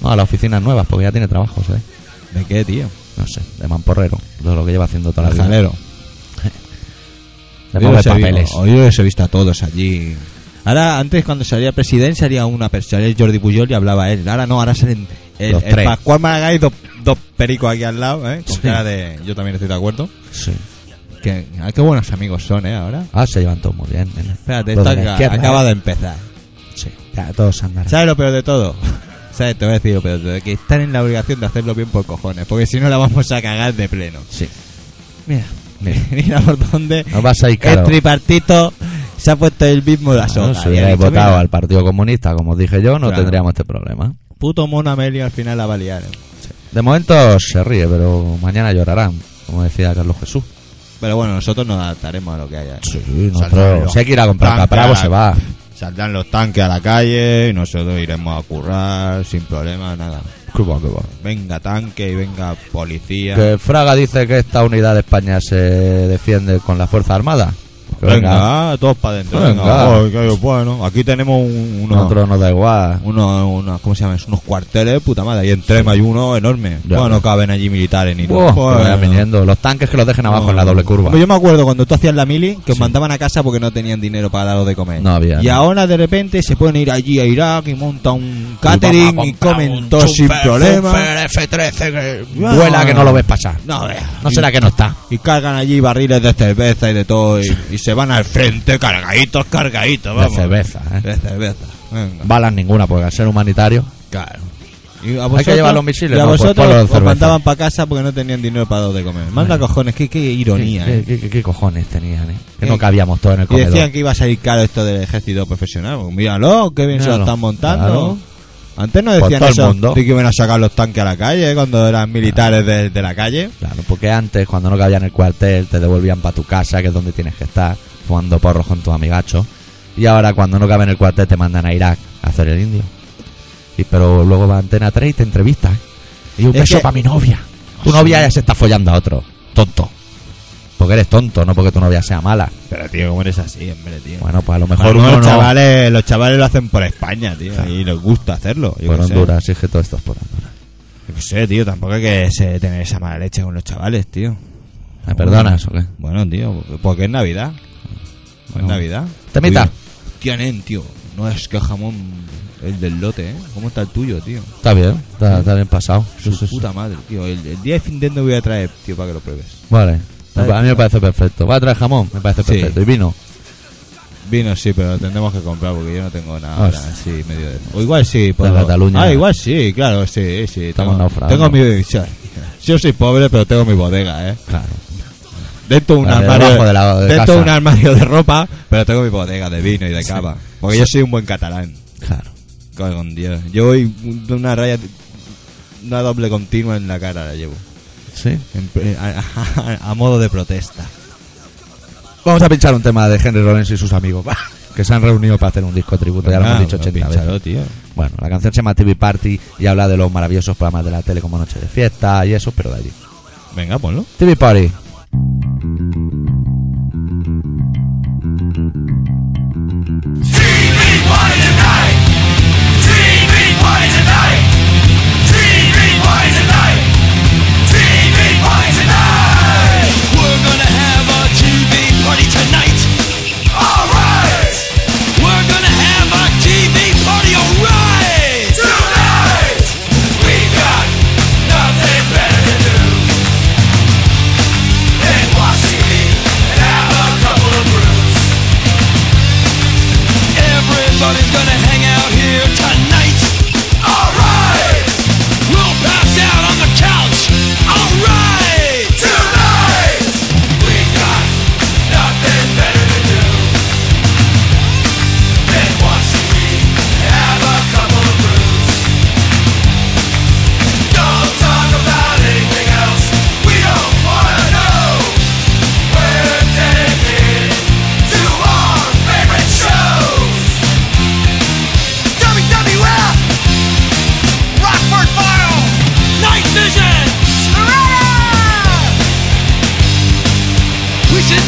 Speaker 2: No, a las oficinas nuevas, porque ya tiene trabajos, ¿eh?
Speaker 1: ¿De qué, tío?
Speaker 2: No sé, de mamporrero, de lo que lleva haciendo toda la vida.
Speaker 1: Tajanero.
Speaker 2: De
Speaker 1: Yo
Speaker 2: mover
Speaker 1: los he vi-
Speaker 2: papeles.
Speaker 1: o- yo los he visto a todos allí. Ahora, antes cuando salía presidente, salía una persona, salía Jordi Puyol y hablaba él. Ahora no, ahora salen el,
Speaker 2: Los
Speaker 1: el
Speaker 2: tres.
Speaker 1: Pascual Maragall y dos, dos pericos aquí al lado, ¿eh? Con
Speaker 2: Sí.
Speaker 1: cara de... Yo también estoy de acuerdo.
Speaker 2: Sí.
Speaker 1: Que, ah, qué buenos amigos son, ¿eh? Ahora.
Speaker 2: Ah, se llevan todos muy bien. nena.
Speaker 1: Espérate,
Speaker 2: Los
Speaker 1: esto
Speaker 2: de la
Speaker 1: aca-
Speaker 2: izquierda,
Speaker 1: acaba
Speaker 2: ¿eh?
Speaker 1: de empezar.
Speaker 2: Sí, ya, todos andan.
Speaker 1: ¿Sabes lo peor de todo? ¿Sabes? Te voy a decir lo peor de todo. Que están en la obligación de hacerlo bien por cojones. Porque si no, la vamos a cagar de pleno.
Speaker 2: Sí.
Speaker 1: Mira,
Speaker 2: Mira.
Speaker 1: mira por dónde
Speaker 2: No vas a ir caro.
Speaker 1: el tripartito se ha puesto el mismo la
Speaker 2: Ah,
Speaker 1: soga.
Speaker 2: no, si
Speaker 1: Y ha
Speaker 2: hubierais
Speaker 1: dicho,
Speaker 2: votado
Speaker 1: "Mira,
Speaker 2: al Partido Comunista, como os dije yo, no
Speaker 1: Claro.
Speaker 2: tendríamos este problema.
Speaker 1: Puto mono Amelio al final la va a liar. ¿eh?
Speaker 2: De momento se ríe, pero mañana llorarán, como decía Carlos Jesús.
Speaker 1: Pero bueno, nosotros nos adaptaremos a lo que haya. ¿eh? Saldrán
Speaker 2: nosotros.
Speaker 1: los
Speaker 2: Si hay que ir a comprar
Speaker 1: tanques
Speaker 2: capravo,
Speaker 1: a la-
Speaker 2: se va.
Speaker 1: Saldrán los tanques a la calle y nosotros iremos a currar sin problema, nada.
Speaker 2: Qué va, qué va.
Speaker 1: Venga tanque y venga policía.
Speaker 2: Que Fraga dice que esta unidad de España se defiende con la Fuerza Armada. Que
Speaker 1: Venga, va, todos para adentro. Venga,
Speaker 2: Venga.
Speaker 1: oh, que- bueno, aquí tenemos un- unos,
Speaker 2: nosotros nos da igual.
Speaker 1: unos, unos- ¿cómo se llama? eso? Unos cuarteles, puta madre. Y en Trema hay uno enorme.
Speaker 2: Ya
Speaker 1: bueno,
Speaker 2: ves.
Speaker 1: caben allí militares ni todo.
Speaker 2: Buah, que vayan
Speaker 1: Bueno.
Speaker 2: viniendo. Los tanques que los dejen abajo en la doble curva.
Speaker 1: Hombre, Yo me acuerdo cuando tú hacías la mili que os
Speaker 2: Sí.
Speaker 1: mandaban a casa porque no tenían dinero para daros de comer.
Speaker 2: No había,
Speaker 1: Y
Speaker 2: no.
Speaker 1: ahora de repente se pueden ir allí a Irak y montan un catering
Speaker 2: vamos a
Speaker 1: y
Speaker 2: comprar
Speaker 1: comen
Speaker 2: un
Speaker 1: todo sin
Speaker 2: Zumper,
Speaker 1: problema.
Speaker 2: Zumper F13 que
Speaker 1: No.
Speaker 2: vuela que no lo ves pasar.
Speaker 1: No, vea.
Speaker 2: No
Speaker 1: Y-
Speaker 2: será que no está.
Speaker 1: Y cargan allí barriles de cerveza y de todo y, y se van al frente cargaditos, cargaditos,
Speaker 2: De
Speaker 1: vamos.
Speaker 2: cerveza, ¿eh?
Speaker 1: De cerveza. Venga.
Speaker 2: Balas ninguna, porque al ser humanitario.
Speaker 1: Claro. Y a vosotros-
Speaker 2: llevar los misiles,
Speaker 1: Y a
Speaker 2: no, pues,
Speaker 1: vosotros
Speaker 2: ponlo de
Speaker 1: os
Speaker 2: cerveza.
Speaker 1: mandaban para casa porque no tenían dinero para daros de comer. Manda cojones, qué, qué ironía,
Speaker 2: ¿Qué,
Speaker 1: ¿eh?
Speaker 2: qué- qué- qué cojones tenían, eh? Que
Speaker 1: Eh,
Speaker 2: no cabíamos todos en el
Speaker 1: Y
Speaker 2: comedor.
Speaker 1: decían que iba a salir caro esto del ejército profesional. Pues míralo, qué bien se lo
Speaker 2: Míralo.
Speaker 1: están montando.
Speaker 2: Claro.
Speaker 1: Antes no
Speaker 2: Por
Speaker 1: decían
Speaker 2: todo el
Speaker 1: eso
Speaker 2: mundo.
Speaker 1: de que iban a sacar los tanques a la calle eh, cuando eran militares de, de la calle.
Speaker 2: Claro, porque antes, cuando no cabía en el cuartel, te devolvían para tu casa, que es donde tienes que estar, fumando porros con tu amigacho. Y ahora, cuando no cabe en el cuartel, te mandan a Irak a hacer el indio. Y pero luego va a Antena 3 y te entrevistas. Y un
Speaker 1: Es
Speaker 2: beso
Speaker 1: que-
Speaker 2: para mi novia. Tu novia ya se está follando a otro. Tonto. Porque eres tonto, no porque tu novia sea mala.
Speaker 1: Pero tío, ¿cómo eres así, hombre, tío?
Speaker 2: Bueno, pues a lo
Speaker 1: Bueno,
Speaker 2: mejor uno
Speaker 1: los,
Speaker 2: no.
Speaker 1: chavales, los chavales lo hacen por España, tío.
Speaker 2: Claro.
Speaker 1: Y les gusta hacerlo. Yo
Speaker 2: por
Speaker 1: qué sé.
Speaker 2: Honduras, sí, es que todo esto es por Honduras.
Speaker 1: Yo qué sé, tío. Tampoco hay que se- tener esa mala leche con los chavales, tío.
Speaker 2: ¿Me perdonas o qué?
Speaker 1: Bueno, tío, porque es Navidad. Es
Speaker 2: No.
Speaker 1: Navidad.
Speaker 2: Temita.
Speaker 1: Uy, Tío, nen, tío. No es que jamón el del lote, ¿eh? ¿Cómo está el tuyo, tío?
Speaker 2: Está bien, está, está bien pasado. Sí,
Speaker 1: Su
Speaker 2: Pues sí, sí.
Speaker 1: puta madre, tío. El, el día de fin de año voy a traer, tío, para que lo pruebes.
Speaker 2: Vale.
Speaker 1: Está bien.
Speaker 2: A mí me parece perfecto. Va a traer jamón, me parece
Speaker 1: Sí.
Speaker 2: perfecto. Y vino.
Speaker 1: Vino sí, pero lo tendremos que comprar porque yo no tengo nada
Speaker 2: Ah,
Speaker 1: ahora,
Speaker 2: sí.
Speaker 1: así medio de... O igual sí, por
Speaker 2: En Cataluña.
Speaker 1: Ah, igual sí, claro, sí, sí.
Speaker 2: Estamos
Speaker 1: tengo, Tengo
Speaker 2: naufragando.
Speaker 1: mi... Yo soy pobre, pero tengo mi bodega, ¿eh?
Speaker 2: Claro.
Speaker 1: Dentro de un
Speaker 2: La de
Speaker 1: armario...
Speaker 2: debajo de la- de
Speaker 1: dentro de un
Speaker 2: casa.
Speaker 1: armario de ropa, pero tengo mi bodega de vino y de cava. Porque yo soy un buen catalán.
Speaker 2: Claro.
Speaker 1: Cago en Dios. Yo voy de una raya... Una doble continua en la cara la llevo.
Speaker 2: Sí.
Speaker 1: En pre- a- a- a modo de protesta.
Speaker 2: Vamos a pinchar un tema de Henry Rollins y sus amigos. va, Que se han reunido para hacer un disco tributo, ya lo
Speaker 1: Ah,
Speaker 2: hemos dicho
Speaker 1: bueno,
Speaker 2: 80
Speaker 1: pínchalo,
Speaker 2: veces.
Speaker 1: tío.
Speaker 2: Bueno, la canción se llama TV Party y habla de los maravillosos programas de la tele como Noche de Fiesta y eso, pero de allí.
Speaker 1: Venga, ponlo.
Speaker 2: TV Party.
Speaker 4: Nothing better to do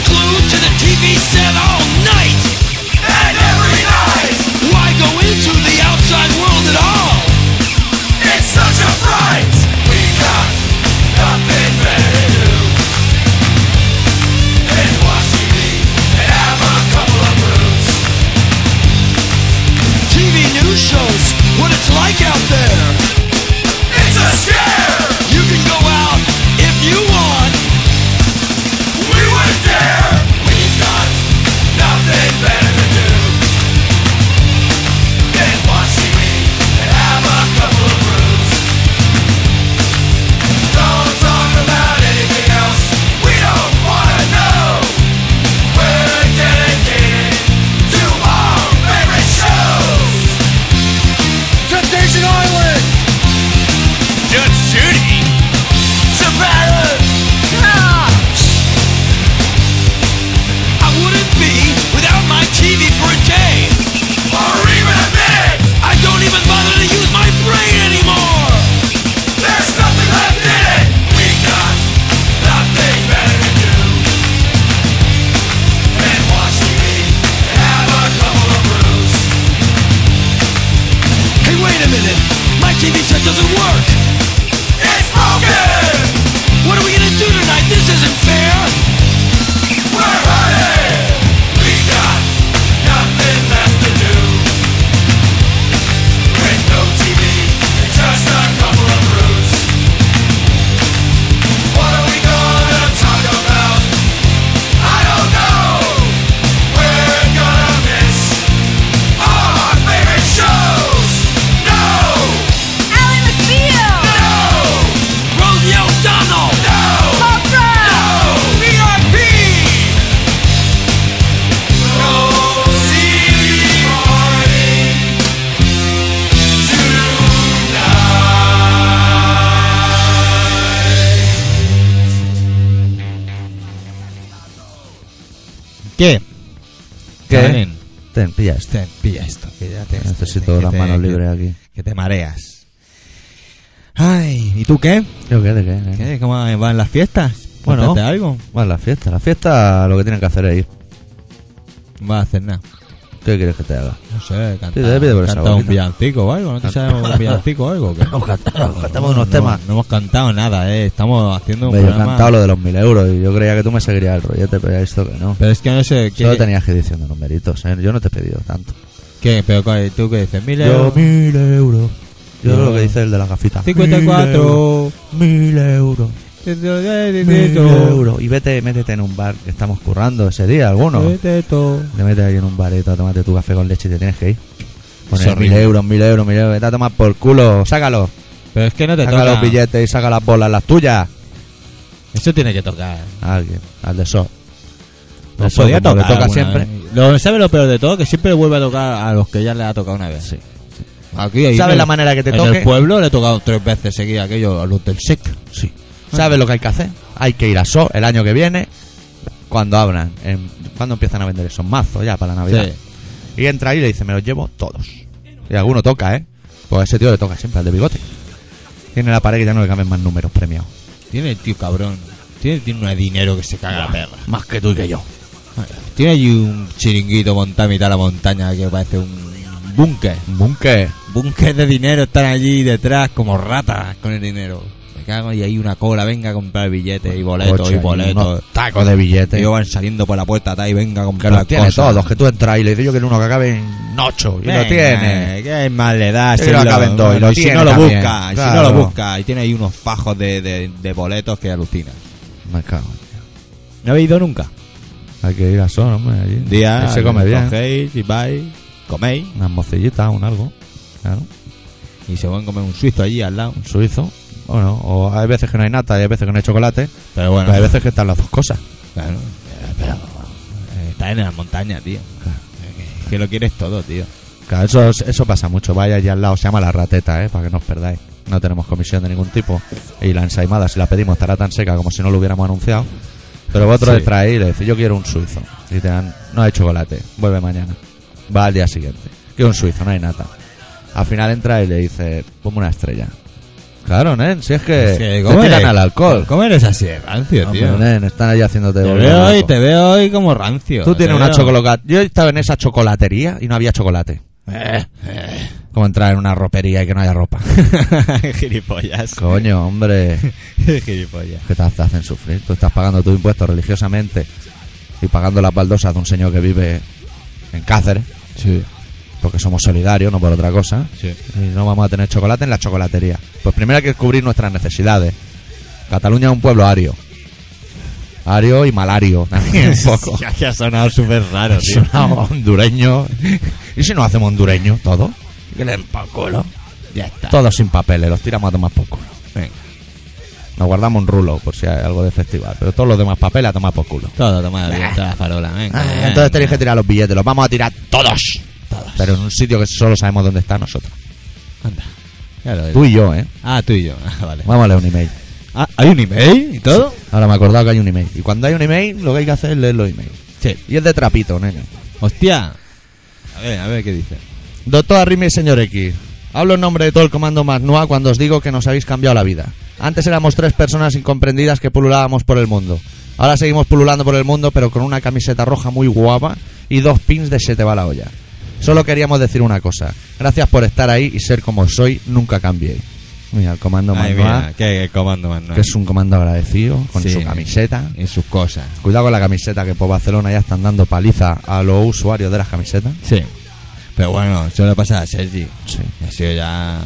Speaker 4: glued to the TV set all night. And every night. Why go into the outside world at all? It's such a fright. We got nothing better to do than watch TV and have a couple of brews. TV news shows what it's like out there. It's a scare. You can go out if you want. We were there. We got nothing better to do than watch TV and have a couple of brews. Don't talk about anything else. We don't wanna know. We're dedicated to our favorite shows. Temptation Island. Judge Judy. Survivor. Cops. I wouldn't be without my TV for a day. Or even a minute. I don't even bother to use my brain anymore. There's nothing left in it. We got nothing better to do than watch TV and have a couple of brews. Hey, wait a minute. My TV set doesn't work. It's broken. What are we gonna do tonight? This isn't fair. We're hurting. We got nothing left to do. With no TV and just a couple of brews. What are we gonna talk about? I don't know. We're gonna miss our favorite shows. No.
Speaker 5: Ally McBeal!
Speaker 4: Rosie O'Donnell. No.
Speaker 5: Bob Brown!
Speaker 4: VRP. Rosie Martin.
Speaker 1: ¿Qué?
Speaker 2: ¿Qué?
Speaker 1: Karenin,
Speaker 2: Ten, pilla esto.
Speaker 1: Ten, pilla esto, que ya te
Speaker 2: Necesito
Speaker 1: que
Speaker 2: las
Speaker 1: te-
Speaker 2: manos
Speaker 1: que-
Speaker 2: libres aquí.
Speaker 1: Que te mareas. Ay, ¿y tú qué?
Speaker 2: ¿Yo qué? ¿De qué? de
Speaker 1: ¿Qué? ¿Cómo van las fiestas?
Speaker 2: Bueno.
Speaker 1: ¿Cuéntate algo?
Speaker 2: Bueno, la fiesta. La fiesta lo que tienen que hacer es ir.
Speaker 1: No vas a hacer nada.
Speaker 2: ¿Qué quieres que te haga?
Speaker 1: No sé, cantar,
Speaker 2: te pide por esa
Speaker 1: cantar un
Speaker 2: boquita.
Speaker 1: villancico o algo. ¿No te sabes un villancico o algo? o qué?
Speaker 2: Hemos cantado, cantamos
Speaker 1: No,
Speaker 2: unos
Speaker 1: no,
Speaker 2: temas.
Speaker 1: No hemos cantado nada, eh. Estamos haciendo un
Speaker 2: Me he
Speaker 1: programa...
Speaker 2: cantado lo de los mil euros y yo creía que tú me seguirías el rollete, pero ya he visto que no.
Speaker 1: Pero es que no sé... ¿qué,
Speaker 2: Solo tenías que ir diciendo numeritos, ¿eh? Yo no te he pedido tanto.
Speaker 1: ¿Qué? ¿Pero ¿cuál? tú qué dices? ¿Mil
Speaker 2: Yo
Speaker 1: euros?
Speaker 2: mil euros. Yo
Speaker 1: Yo-
Speaker 2: lo que dice el de las gafitas. Mil euros.
Speaker 1: 54...
Speaker 2: Mil euros. Mil euros. Y vete, métete en un bar que estamos currando ese día, alguno. Te metes ahí en un bareto a tomarte tu café con leche y te tienes que ir. Poner mil
Speaker 1: horrible.
Speaker 2: euros, mil euros, mil euros. Vete a tomar por culo. Sácalo.
Speaker 1: Pero es que no te
Speaker 2: Saca
Speaker 1: toca.
Speaker 2: los billetes y saca las bolas, las tuyas.
Speaker 1: Eso tiene que tocar.
Speaker 2: A alguien, al de SO.
Speaker 1: No Pues
Speaker 2: Eso,
Speaker 1: podía
Speaker 2: como
Speaker 1: tocar.
Speaker 2: le toca
Speaker 1: alguna ¿eh?
Speaker 2: siempre.
Speaker 1: vez. Lo, ¿Sabes lo peor de todo? Que siempre vuelve a tocar a los que ya le ha tocado una vez.
Speaker 2: Sí.
Speaker 1: Aquí, ahí,
Speaker 2: ¿Sabes
Speaker 1: en-
Speaker 2: la manera que te
Speaker 1: en
Speaker 2: toque?
Speaker 1: el pueblo le he tocado tres veces seguidas aquello a los del SEC.
Speaker 2: Sí. ¿Sabes lo que hay que hacer? Hay que ir a SO el año que viene. Cuando abran, en- cuando empiezan a vender esos mazos ya para la Navidad.
Speaker 1: Sí.
Speaker 2: Y entra ahí y le dice, me los llevo todos. Y alguno toca, ¿eh? Pues ese tío le toca siempre al de bigote. Tiene la pared que ya no le cambian más números premiados.
Speaker 1: Tiene el tío cabrón. Tiene, tiene un dinero que se caga la perra.
Speaker 2: Más que tú y que yo.
Speaker 1: Tiene allí un chiringuito montado a mitad de la montaña que parece un búnker.
Speaker 2: Bunker.
Speaker 1: Búnker de dinero están allí detrás como ratas con el dinero. Me cago y hay una cola, venga a comprar billetes y boletos
Speaker 2: Coche,
Speaker 1: y
Speaker 2: ahí,
Speaker 1: boletos.
Speaker 2: unos tacos de billetes.
Speaker 1: Ellos van saliendo por la puerta atrás y venga a
Speaker 2: que
Speaker 1: comprar
Speaker 2: los tiene
Speaker 1: cosas.
Speaker 2: todos. Que tú entras y le dices yo quiero uno que acabe en ocho. Y
Speaker 1: Venga,
Speaker 2: lo tiene.
Speaker 1: ¿Qué más le da?
Speaker 2: Sí, lo acaben dos, y lo
Speaker 1: y si
Speaker 2: tiene
Speaker 1: no lo
Speaker 2: también,
Speaker 1: busca, y si no
Speaker 2: claro.
Speaker 1: lo busca. Y tiene ahí unos fajos de, de, de boletos que alucina.
Speaker 2: Me cago en-
Speaker 1: No habéis ido nunca.
Speaker 2: Hay que ir a Son, hombre, allí.
Speaker 1: Un día
Speaker 2: Ahí se come bien.
Speaker 1: cogéis y vais, coméis
Speaker 2: Unas mocillitas, un algo. Claro.
Speaker 1: y se van a comer un suizo allí al lado.
Speaker 2: Un suizo. Bueno, o hay veces que no hay nata y hay veces que no hay chocolate.
Speaker 1: Pero bueno,
Speaker 2: Pero hay veces que están las dos cosas.
Speaker 1: claro, eh, pero, eh, está en la montaña, tío. Es que lo quieres todo, tío.
Speaker 2: Claro, eso, eso pasa mucho. Vaya allí al lado, se llama la rateta, ¿eh? Para que no os perdáis. No tenemos comisión de ningún tipo. Y la ensaimada, si la pedimos, estará tan seca como si no lo hubiéramos anunciado. Pero vosotros
Speaker 1: Sí.
Speaker 2: le traéis y le decís, yo quiero un suizo. Y te dan, no hay chocolate, vuelve mañana. Va al día siguiente. Quiero un suizo, no hay nata. Al final entra y le dice, ponme una estrella. Claro, nen, si es que,
Speaker 1: Es que,
Speaker 2: te
Speaker 1: ¿cómo
Speaker 2: tiran
Speaker 1: eres? Ah.
Speaker 2: al alcohol.
Speaker 1: ¿Cómo eres así de rancio,
Speaker 2: Hombre,
Speaker 1: tío?
Speaker 2: nen, están ahí haciéndote
Speaker 1: Te
Speaker 2: volver
Speaker 1: veo hoy,
Speaker 2: loco.
Speaker 1: te veo hoy como rancio.
Speaker 2: Tú
Speaker 1: te
Speaker 2: tienes una
Speaker 1: veo.
Speaker 2: chocolate. Yo estaba en esa chocolatería y no había chocolate.
Speaker 1: Eh, eh.
Speaker 2: Como entrar en una ropería y que no haya ropa.
Speaker 1: Gilipollas.
Speaker 2: Coño, hombre,
Speaker 1: Gilipollas.
Speaker 2: que te te hacen sufrir. Tú estás pagando tus impuestos religiosamente y pagando las baldosas de un señor que vive en Cáceres,
Speaker 1: Sí,
Speaker 2: porque somos solidarios, no por otra cosa.
Speaker 1: sí.
Speaker 2: Y no vamos a tener chocolate en la chocolatería. Pues primero hay que cubrir nuestras necesidades. Cataluña es un pueblo ario. Ario y malario también, un poco.
Speaker 1: Ya que ha sonado súper raro, tío.
Speaker 2: Sonamos hondureño. ¿Y si nos hacemos hondureños todo? Que le den pa'l culo.
Speaker 1: Ya está.
Speaker 2: Todos sin papeles, los tiramos a tomar por culo.
Speaker 1: Venga.
Speaker 2: Nos guardamos un rulo por si hay algo de festival, pero todos los demás papeles a tomar por culo.
Speaker 1: Todo, toma la vida, toda la farola, venga.
Speaker 2: Ah,
Speaker 1: venga.
Speaker 2: entonces tenéis que tirar los billetes, los vamos a tirar todos. Pero en un sitio que solo sabemos dónde está nosotros.
Speaker 1: Anda. Ya lo
Speaker 2: Tú y yo, ¿eh?
Speaker 1: Ah, tú y yo. Ah, vale.
Speaker 2: Vamos a leer un email.
Speaker 1: Ah, ¿Hay un email y todo?
Speaker 2: Ahora me he acordado que hay un email. Y cuando hay un email, lo que hay que hacer es leer los emails.
Speaker 1: Sí.
Speaker 2: Y es de trapito, nene.
Speaker 1: Hostia. A ver, a ver qué dice.
Speaker 2: Doctor Arrimi y señor X. Hablo en nombre de todo el comando Magnua cuando os digo que nos habéis cambiado la vida. Antes éramos tres personas incomprendidas que pululábamos por el mundo. Ahora seguimos pululando por el mundo, pero con una camiseta roja muy guapa y dos pins de se te va la olla. Solo queríamos decir una cosa. Gracias por estar ahí y ser como soy, nunca cambiéis. Mira, el comando
Speaker 1: Ay,
Speaker 2: Magnua,
Speaker 1: mira, qué, qué comando más no
Speaker 2: que
Speaker 1: hay.
Speaker 2: es un comando agradecido, con
Speaker 1: Sí.
Speaker 2: su camiseta.
Speaker 1: Y sus cosas.
Speaker 2: Cuidado con la camiseta, que por Barcelona ya están dando paliza a los usuarios de las camisetas.
Speaker 1: Sí. Pero bueno, eso le pasa a Sergi.
Speaker 2: Sí.
Speaker 1: Ha sido ya.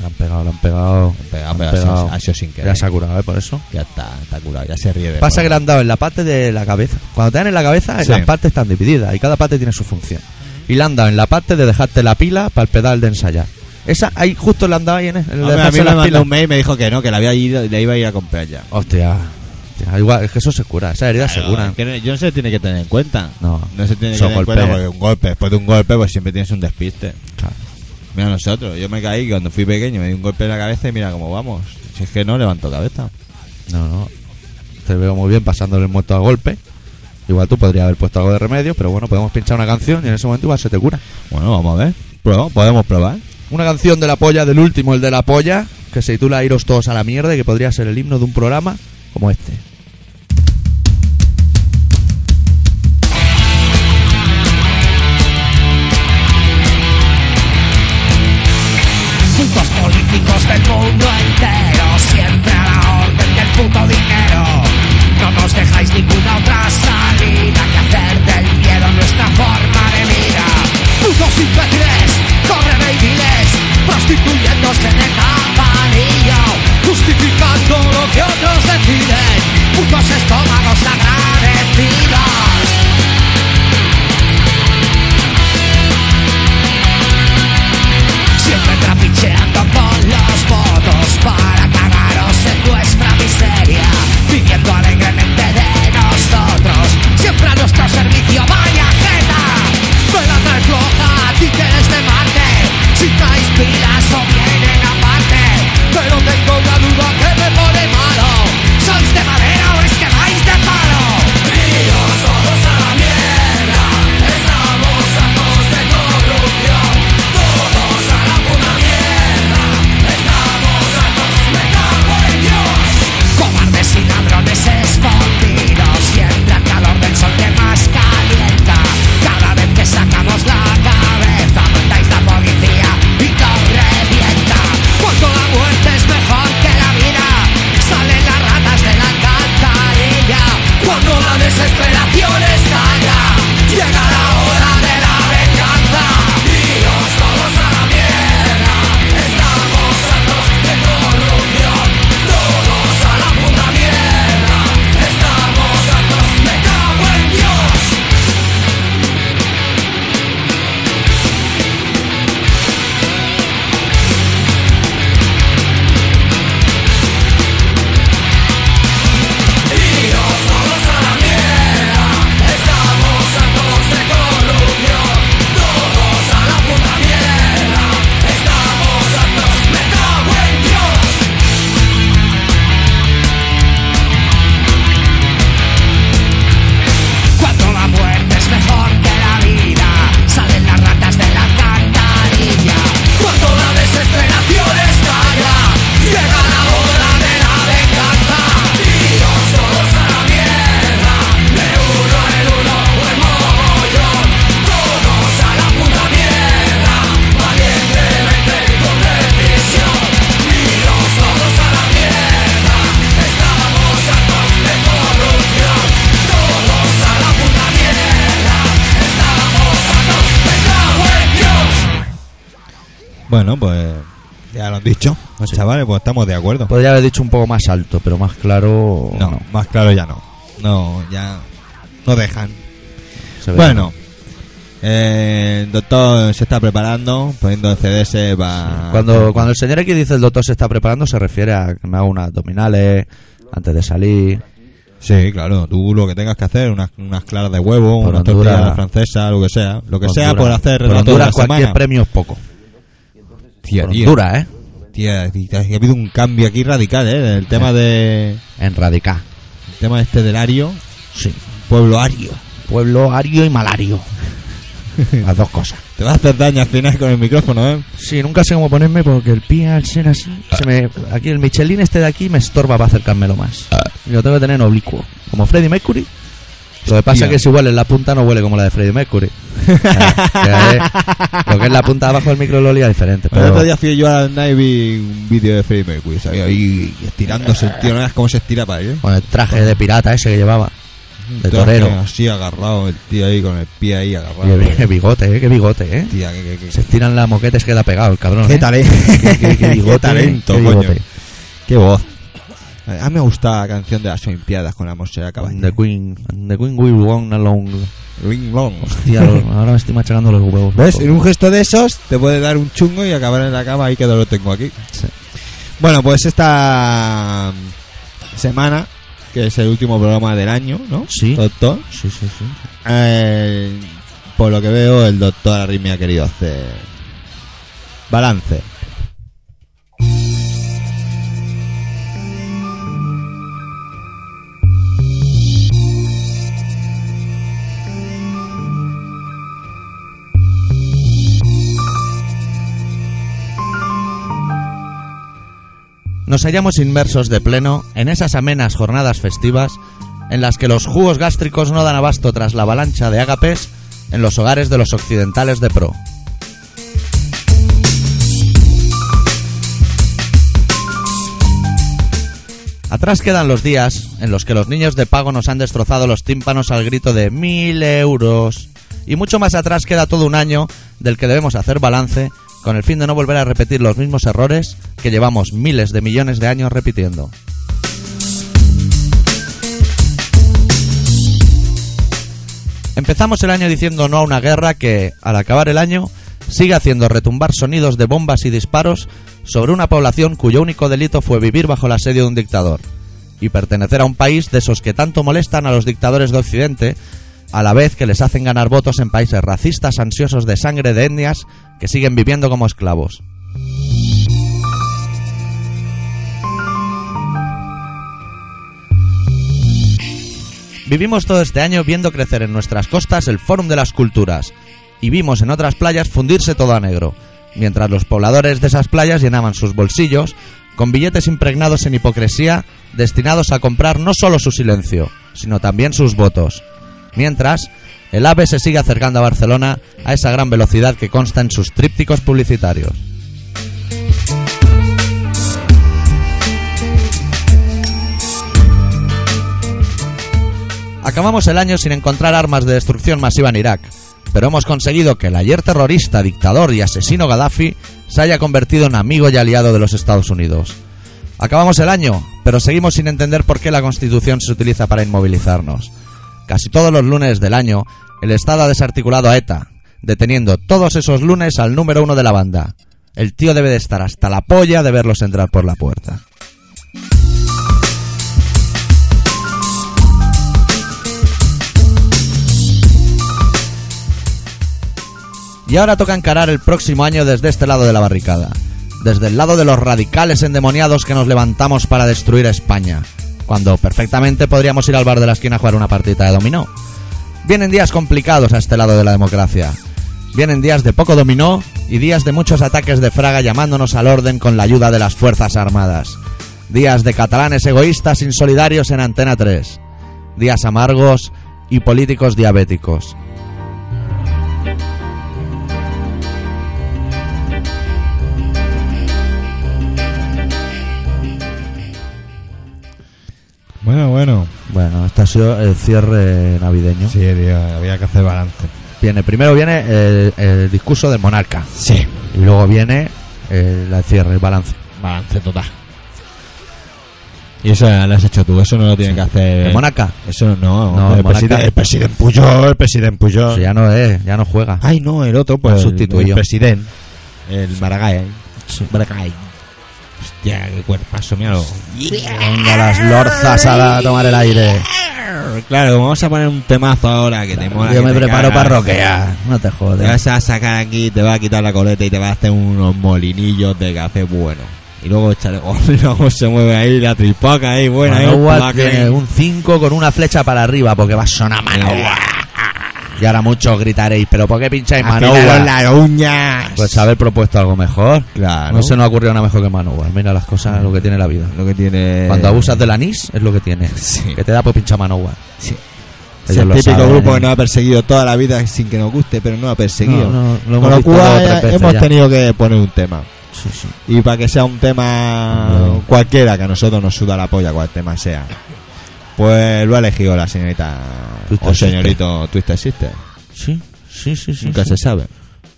Speaker 2: La han pegado, la han pegado.
Speaker 1: han pegado,
Speaker 2: la han
Speaker 1: pero ha sido- ha sido sin querer.
Speaker 2: Ya se ha curado, ¿eh? Por eso.
Speaker 1: Ya está, está curado, ya se ríe de
Speaker 2: Pasa que le
Speaker 1: nuevo.
Speaker 2: han dado en la parte de la cabeza. Cuando te dan en la cabeza,
Speaker 1: Sí.
Speaker 2: las partes están divididas y cada parte tiene su función. Y le han dado en la parte de dejarte la pila para el pedal de ensayar. Esa, ahí justo le han dado ahí en el, en el
Speaker 1: Hombre, a mí
Speaker 2: dejarse
Speaker 1: me
Speaker 2: las
Speaker 1: mandó
Speaker 2: pilas.
Speaker 1: un mail y me dijo que no, que la, había ido, la iba a ir a comprar ya.
Speaker 2: Hostia, hostia, igual, es que eso se cura, esa herida se
Speaker 1: Claro,
Speaker 2: cura.
Speaker 1: es que no- yo no se tiene que tener en cuenta.
Speaker 2: No.
Speaker 1: No se tiene que
Speaker 2: Eso
Speaker 1: tener
Speaker 2: golpea.
Speaker 1: en cuenta porque un golpe, después de un golpe, pues siempre tienes un despiste.
Speaker 2: Claro.
Speaker 1: Mira nosotros, yo me caí cuando fui pequeño, me di un golpe en la cabeza y mira cómo vamos. Si es que no levanto cabeza.
Speaker 2: No, no. Te veo muy bien pasándole el muerto a golpe. Igual tú podrías haber puesto algo de remedio, pero bueno, podemos pinchar una canción y en ese momento igual se te cura.
Speaker 1: Bueno, vamos a ver. Pro- podemos probar.
Speaker 2: Una canción de la polla, del último, el de la polla, que se titula Iros todos a la mierda y que podría ser el himno de un programa como este.
Speaker 4: Putos políticos del mundo entero, siempre a la orden del puto dinero. No nos dejáis ninguna otra salida que hacer del miedo nuestra forma de vida. Putos infelices, corren y viles, prostituyéndose en el tapanillo, justificando lo que otros deciden. Putos estómagos agradecidos. Siempre trapicheando con los votos para cagaros en nuestra miseria, viviendo alegremente de nosotros. Siempre a nuestro servicio, vaya jeta. Vela tan floja, títeres de Marte. Si traes pilas o vienen aparte. Pero tengo una duda que me pone malo. ¿Sois de madera o es que vais de palo? Iros todos a la mierda. Estamos sacos de corrupción. Todos a la puta mierda, estamos hartos, me cago en Dios Cobardes y ladrones escondidos, siempre al calor del sol que más calienta Cada vez que sacamos la cabeza, mandáis la policía y todo revienta Cuando la muerte es mejor que la vida, salen las ratas de la alcantarilla Cuando la desesperación estalla, llega la hora de la venganza Estamos hartos de
Speaker 1: Bueno, pues ya lo han dicho. Pues,
Speaker 2: Ah, Sí.
Speaker 1: Chavales, pues estamos de acuerdo.
Speaker 2: Podría haber dicho un poco más alto, pero más claro.
Speaker 1: no, más claro ya no. No, ya no dejan.
Speaker 2: se ve
Speaker 1: Bueno, eh, el doctor se está preparando, poniendo el CDS para...
Speaker 2: Cuando, cuando el señor aquí dice el doctor se está preparando, se refiere a que me haga unas abdominales antes de salir.
Speaker 1: Sí, claro, tú lo que tengas que hacer, unas, unas claras de huevo,
Speaker 2: Por
Speaker 1: unas
Speaker 2: Honduras.
Speaker 1: tortillas a la francesa, lo que sea. Lo que sea por
Speaker 2: Honduras.
Speaker 1: hacer
Speaker 2: Por
Speaker 1: relato de
Speaker 2: Honduras
Speaker 1: la
Speaker 2: cualquier
Speaker 1: semana.
Speaker 2: premio es poco.
Speaker 1: Tía,
Speaker 2: Por
Speaker 1: tío,
Speaker 2: Honduras, ¿eh?
Speaker 1: tía, tía, ha habido un cambio aquí radical, ¿eh? El tema de...
Speaker 2: En Radicá.
Speaker 1: El tema este del ario,
Speaker 2: Sí.
Speaker 1: pueblo ario.
Speaker 2: Pueblo ario y malario. Las dos cosas.
Speaker 1: Te vas a hacer daño al final con el micrófono, ¿eh?
Speaker 2: Sí, nunca sé cómo ponerme porque el pie al ser así. Se me, aquí el Michelin este de aquí me estorba para acercármelo más. Yo tengo que tener en oblicuo. Como Freddie Mercury. Lo que pasa
Speaker 1: Hostia.
Speaker 2: es que si huele en la punta no huele como la de Freddie Mercury. Eh, eh, lo que es la punta abajo del micro lo olía diferente.
Speaker 1: El
Speaker 2: Pero
Speaker 1: otro día fui yo a la Night y vi un vídeo de Freddie Mercury, ¿sabes? Ahí estirándose el tío, no veas cómo se estira para ¿eh? él.
Speaker 2: con el traje de pirata ese que llevaba. De torero.
Speaker 1: Así agarrado, el tío ahí con el pie ahí
Speaker 2: Y
Speaker 1: agarrado.
Speaker 2: el- el bigote, eh, qué bigote, eh.
Speaker 1: Tía, que- que- que-
Speaker 2: Se estiran las moquetes queda pegado el cabrón.
Speaker 1: Qué
Speaker 2: eh.
Speaker 1: talento.
Speaker 2: Qué- qué- qué bigote,
Speaker 1: Qué talento,
Speaker 2: qué
Speaker 1: coño.
Speaker 2: bigote.
Speaker 1: Qué voz. A mí me gusta la canción de las Olimpiadas con la Monserrat Caballé.
Speaker 2: The Queen, the Queen will walk along.
Speaker 1: Ring long.
Speaker 2: Hostia, lo- ahora me estoy machacando los huevos.
Speaker 1: ¿Ves?
Speaker 2: loco.
Speaker 1: En un gesto de esos te puede dar un chungo y acabar en la cama ahí que no lo tengo aquí.
Speaker 2: Sí.
Speaker 1: Bueno, pues esta mm, semana, que es el último programa del año, ¿no?
Speaker 2: Sí.
Speaker 1: Doctor.
Speaker 2: Sí, sí, sí.
Speaker 1: Eh, por lo que veo, el doctor Arritmia ha querido hacer balance.
Speaker 2: Nos hallamos inmersos de pleno en esas amenas jornadas festivas en las que los jugos gástricos no dan abasto tras la avalancha de ágapes en los hogares de los occidentales de pro. Atrás quedan los días en los que los niños de pago nos han destrozado los tímpanos al grito de mil euros. Y mucho más atrás queda todo un año del que debemos hacer balance con el fin de no volver a repetir los mismos errores que llevamos miles de millones de años repitiendo. Empezamos el año diciendo no a una guerra que, al acabar el año, sigue haciendo retumbar sonidos de bombas y disparos sobre una población cuyo único delito fue vivir bajo el asedio de un dictador y pertenecer a un país de esos que tanto molestan a los dictadores de Occidente, a la vez que les hacen ganar votos en países racistas ansiosos de sangre de etnias que siguen viviendo como esclavos. Vivimos todo este año viendo crecer en nuestras costas el Fórum de las Culturas y vimos en otras playas fundirse todo a negro, mientras los pobladores de esas playas llenaban sus bolsillos con billetes impregnados en hipocresía destinados a comprar no solo su silencio, sino también sus votos. Mientras, el AVE se sigue acercando a Barcelona a esa gran velocidad que consta en sus trípticos publicitarios. Acabamos el año sin encontrar armas de destrucción masiva en Irak, pero hemos conseguido que el ayer terrorista, dictador y asesino Gaddafi se haya convertido en amigo y aliado de los Estados Unidos. Acabamos el año, pero seguimos sin entender por qué la Constitución se utiliza para inmovilizarnos. Casi todos los lunes del año, el Estado ha desarticulado a ETA, deteniendo todos esos lunes al número uno de la banda. El tío debe de estar hasta la polla de verlos entrar por la puerta. Y ahora toca encarar el próximo año desde este lado de la barricada, desde el lado de los radicales endemoniados que nos levantamos para destruir a España, cuando perfectamente podríamos ir al bar de la esquina a jugar una partita de dominó. Vienen días complicados a este lado de la democracia. Vienen días de poco dominó y días de muchos ataques de Fraga llamándonos al orden con la ayuda de las Fuerzas Armadas. Días de catalanes egoístas insolidarios en Antena 3. Días amargos y políticos diabéticos.
Speaker 1: Bueno, bueno.
Speaker 2: Bueno, este ha sido el cierre navideño.
Speaker 1: Sí, tío, había que hacer balance.
Speaker 2: Viene, primero viene el, el discurso del monarca.
Speaker 1: Sí.
Speaker 2: Y luego viene el, el cierre, el balance.
Speaker 1: Balance total. Y eso lo has hecho tú, eso no lo tiene que hacer.
Speaker 2: ¿El Mónaca?
Speaker 1: Eso no,
Speaker 2: No,
Speaker 1: el,
Speaker 2: Mónaca-
Speaker 1: presidente, el presidente Puyol, el presidente Puyol.
Speaker 2: Eso ya no es, ya no juega.
Speaker 1: Ay, no, el otro, pues
Speaker 2: El
Speaker 1: el,
Speaker 2: sustituyo.
Speaker 1: el presidente. El Maragall. Maragall. Hostia, qué cuerpazo, míralo.
Speaker 2: Venga, las lorzas a, la- a tomar el aire.
Speaker 1: Claro, vamos a poner un temazo ahora que te mola.
Speaker 2: Yo
Speaker 1: que
Speaker 2: me
Speaker 1: te
Speaker 2: preparo
Speaker 1: cagas.
Speaker 2: para roquear. No te
Speaker 1: Te
Speaker 2: jodes.
Speaker 1: vas a sacar aquí, te vas a quitar la coleta y te vas a hacer unos molinillos de café bueno. Y luego echarle oh, mira cómo se mueve ahí la tripaca ahí, buena, ahí,
Speaker 2: Manowar
Speaker 1: placa,
Speaker 2: tiene
Speaker 1: ahí.
Speaker 2: un 5 con una flecha para arriba porque va a sonar Manowar. Y ahora muchos gritaréis, pero ¿por qué pincháis
Speaker 1: Afinaron
Speaker 2: Manowar?
Speaker 1: las uñas.
Speaker 2: Pues haber propuesto algo mejor.
Speaker 1: claro.
Speaker 2: No se nos ha ocurrido nada mejor que Manowar. Mira las cosas, lo que tiene la vida.
Speaker 1: lo que tiene.
Speaker 2: Cuando abusas del anís es lo que tiene.
Speaker 1: Eh, Sí.
Speaker 2: Que te da por pinchar Manowar.
Speaker 1: Sí.
Speaker 2: Ellos
Speaker 1: Es el
Speaker 2: lo
Speaker 1: típico
Speaker 2: saben.
Speaker 1: grupo que nos ha perseguido toda la vida sin que nos guste, pero no ha perseguido.
Speaker 2: No, no, lo hemos
Speaker 1: Con lo
Speaker 2: visto dos o tres
Speaker 1: cual
Speaker 2: veces
Speaker 1: hemos
Speaker 2: ya.
Speaker 1: tenido que poner un tema.
Speaker 2: Sí, sí.
Speaker 1: Y para que sea un tema
Speaker 2: No.
Speaker 1: cualquiera, que a nosotros nos suda la polla, cual tema sea. Pues lo ha elegido la señorita
Speaker 2: Twister
Speaker 1: o señorito Twister Sister.
Speaker 2: Sí, sí, sí, sí,
Speaker 1: Nunca
Speaker 2: sí.
Speaker 1: se sabe.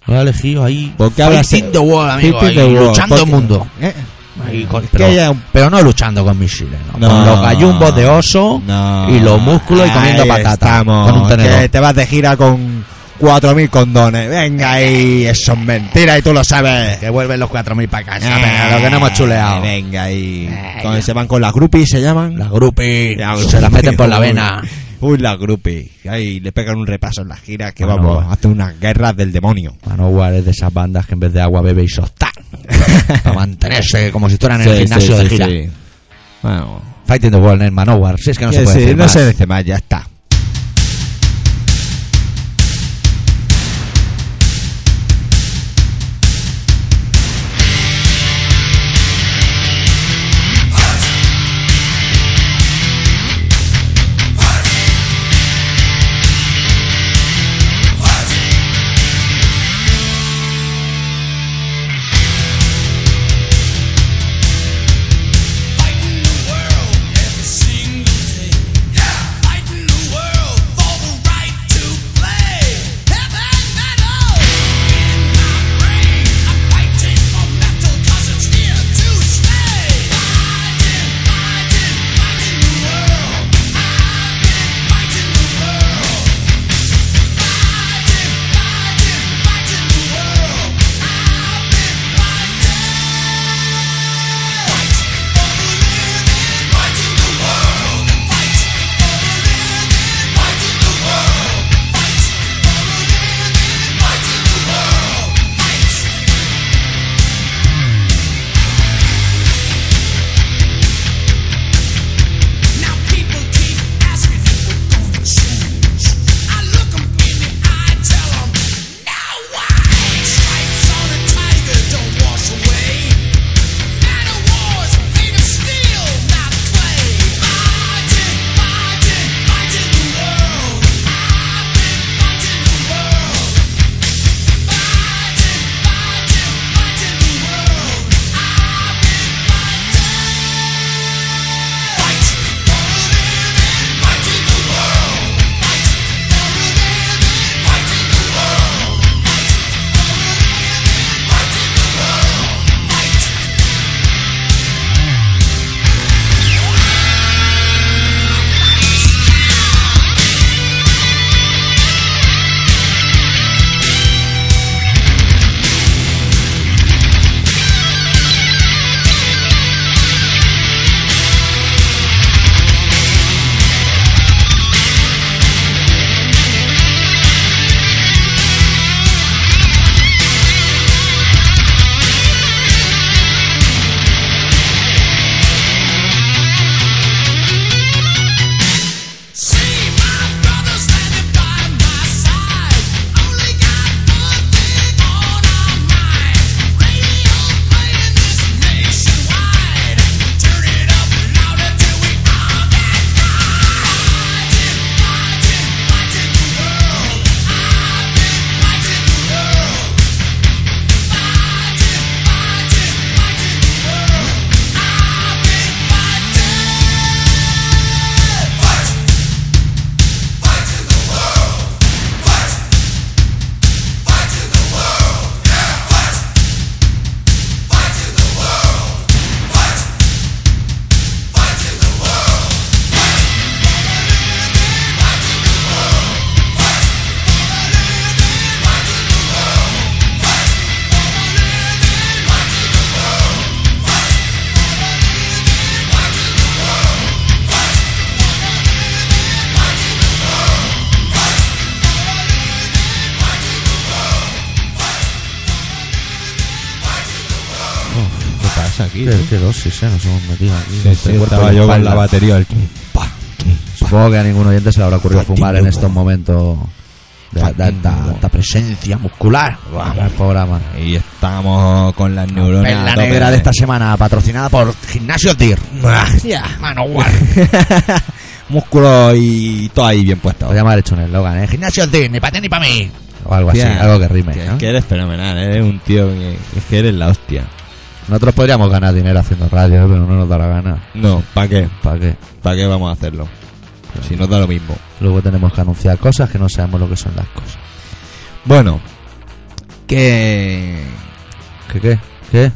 Speaker 2: Lo ha elegido ahí.
Speaker 1: Porque habla
Speaker 2: Fighting
Speaker 1: se-
Speaker 2: the world, amigo,
Speaker 1: Fighting
Speaker 2: ahí,
Speaker 1: the world,
Speaker 2: luchando
Speaker 1: porque-
Speaker 2: el mundo.
Speaker 1: ¿Eh?
Speaker 2: Ahí con-
Speaker 1: Es que
Speaker 2: pero,
Speaker 1: ella es un-
Speaker 2: pero no luchando con misiles, ¿no?
Speaker 1: No.
Speaker 2: Con los gallumbos de oso
Speaker 1: No.
Speaker 2: y los músculos y comiendo
Speaker 1: Ahí
Speaker 2: patatas.
Speaker 1: estamos,
Speaker 2: Con un tenedor.
Speaker 1: que te vas de gira con 4.000 condones. Venga ahí, eso es mentira y tú lo sabes.
Speaker 2: Que vuelven los 4.000 para casa,
Speaker 1: Eh,
Speaker 2: pero lo que no hemos chuleado.
Speaker 1: Venga ahí.
Speaker 2: Eh,
Speaker 1: Con-
Speaker 2: ya.
Speaker 1: se van con las groupies, se llaman.
Speaker 2: Las grupis
Speaker 1: Ya,
Speaker 2: se las
Speaker 1: uy,
Speaker 2: meten por la
Speaker 1: uy.
Speaker 2: vena.
Speaker 1: Uy, las groupies. Ahí le pegan un repaso en las giras que
Speaker 2: Bueno, pues.
Speaker 1: vamos,
Speaker 2: va.
Speaker 1: hacen unas guerras del demonio.
Speaker 2: Manowar es de esas bandas que en vez de agua bebe isostar. para mantenerse como si estuvieran en
Speaker 1: Sí,
Speaker 2: el gimnasio
Speaker 1: sí,
Speaker 2: de
Speaker 1: sí,
Speaker 2: gira.
Speaker 1: sí. Bueno,
Speaker 2: Fighting the World en Manowar. Si es que no
Speaker 1: Sí,
Speaker 2: se puede
Speaker 1: sí,
Speaker 2: decir
Speaker 1: no
Speaker 2: más.
Speaker 1: se dice más, ya está.
Speaker 4: Fighting the world every single day. Fighting the
Speaker 1: pasa aquí?
Speaker 2: Qué, qué dosis, eh, nos hemos metido aquí.
Speaker 1: Sí,
Speaker 2: Este
Speaker 1: sí,
Speaker 2: cuerpo
Speaker 1: estaba
Speaker 2: de
Speaker 1: yo con
Speaker 2: espalda.
Speaker 1: la batería. El...
Speaker 2: Pa, Supongo que a ningún oyente se le habrá ocurrido fumar en estos momentos de, de- de- de- de esta presencia muscular al programa.
Speaker 1: Y estamos con las neuronas. a
Speaker 2: Perla
Speaker 1: tope.
Speaker 2: negra de esta semana, patrocinada por Gimnasio Tir. Mano guar.
Speaker 1: Músculo y todo ahí bien puesto.
Speaker 2: Podríamos haber hecho un eslogan, ¿eh? Gimnasio Tir, ni para ti ni para mí. O algo así,
Speaker 1: Hostia,
Speaker 2: pues algo que rime.
Speaker 1: que-
Speaker 2: ¿no?
Speaker 1: que eres fenomenal, eres un tío que, es que eres la hostia.
Speaker 2: Nosotros podríamos ganar dinero haciendo radio, ¿eh? pero no nos da la gana.
Speaker 1: No, ¿para qué?
Speaker 2: ¿Para qué?
Speaker 1: ¿Para qué vamos a hacerlo? Si nos da lo mismo.
Speaker 2: Luego tenemos que anunciar cosas que no sabemos lo que son las cosas.
Speaker 1: Bueno, que.
Speaker 2: ¿Qué qué? ¿Qué?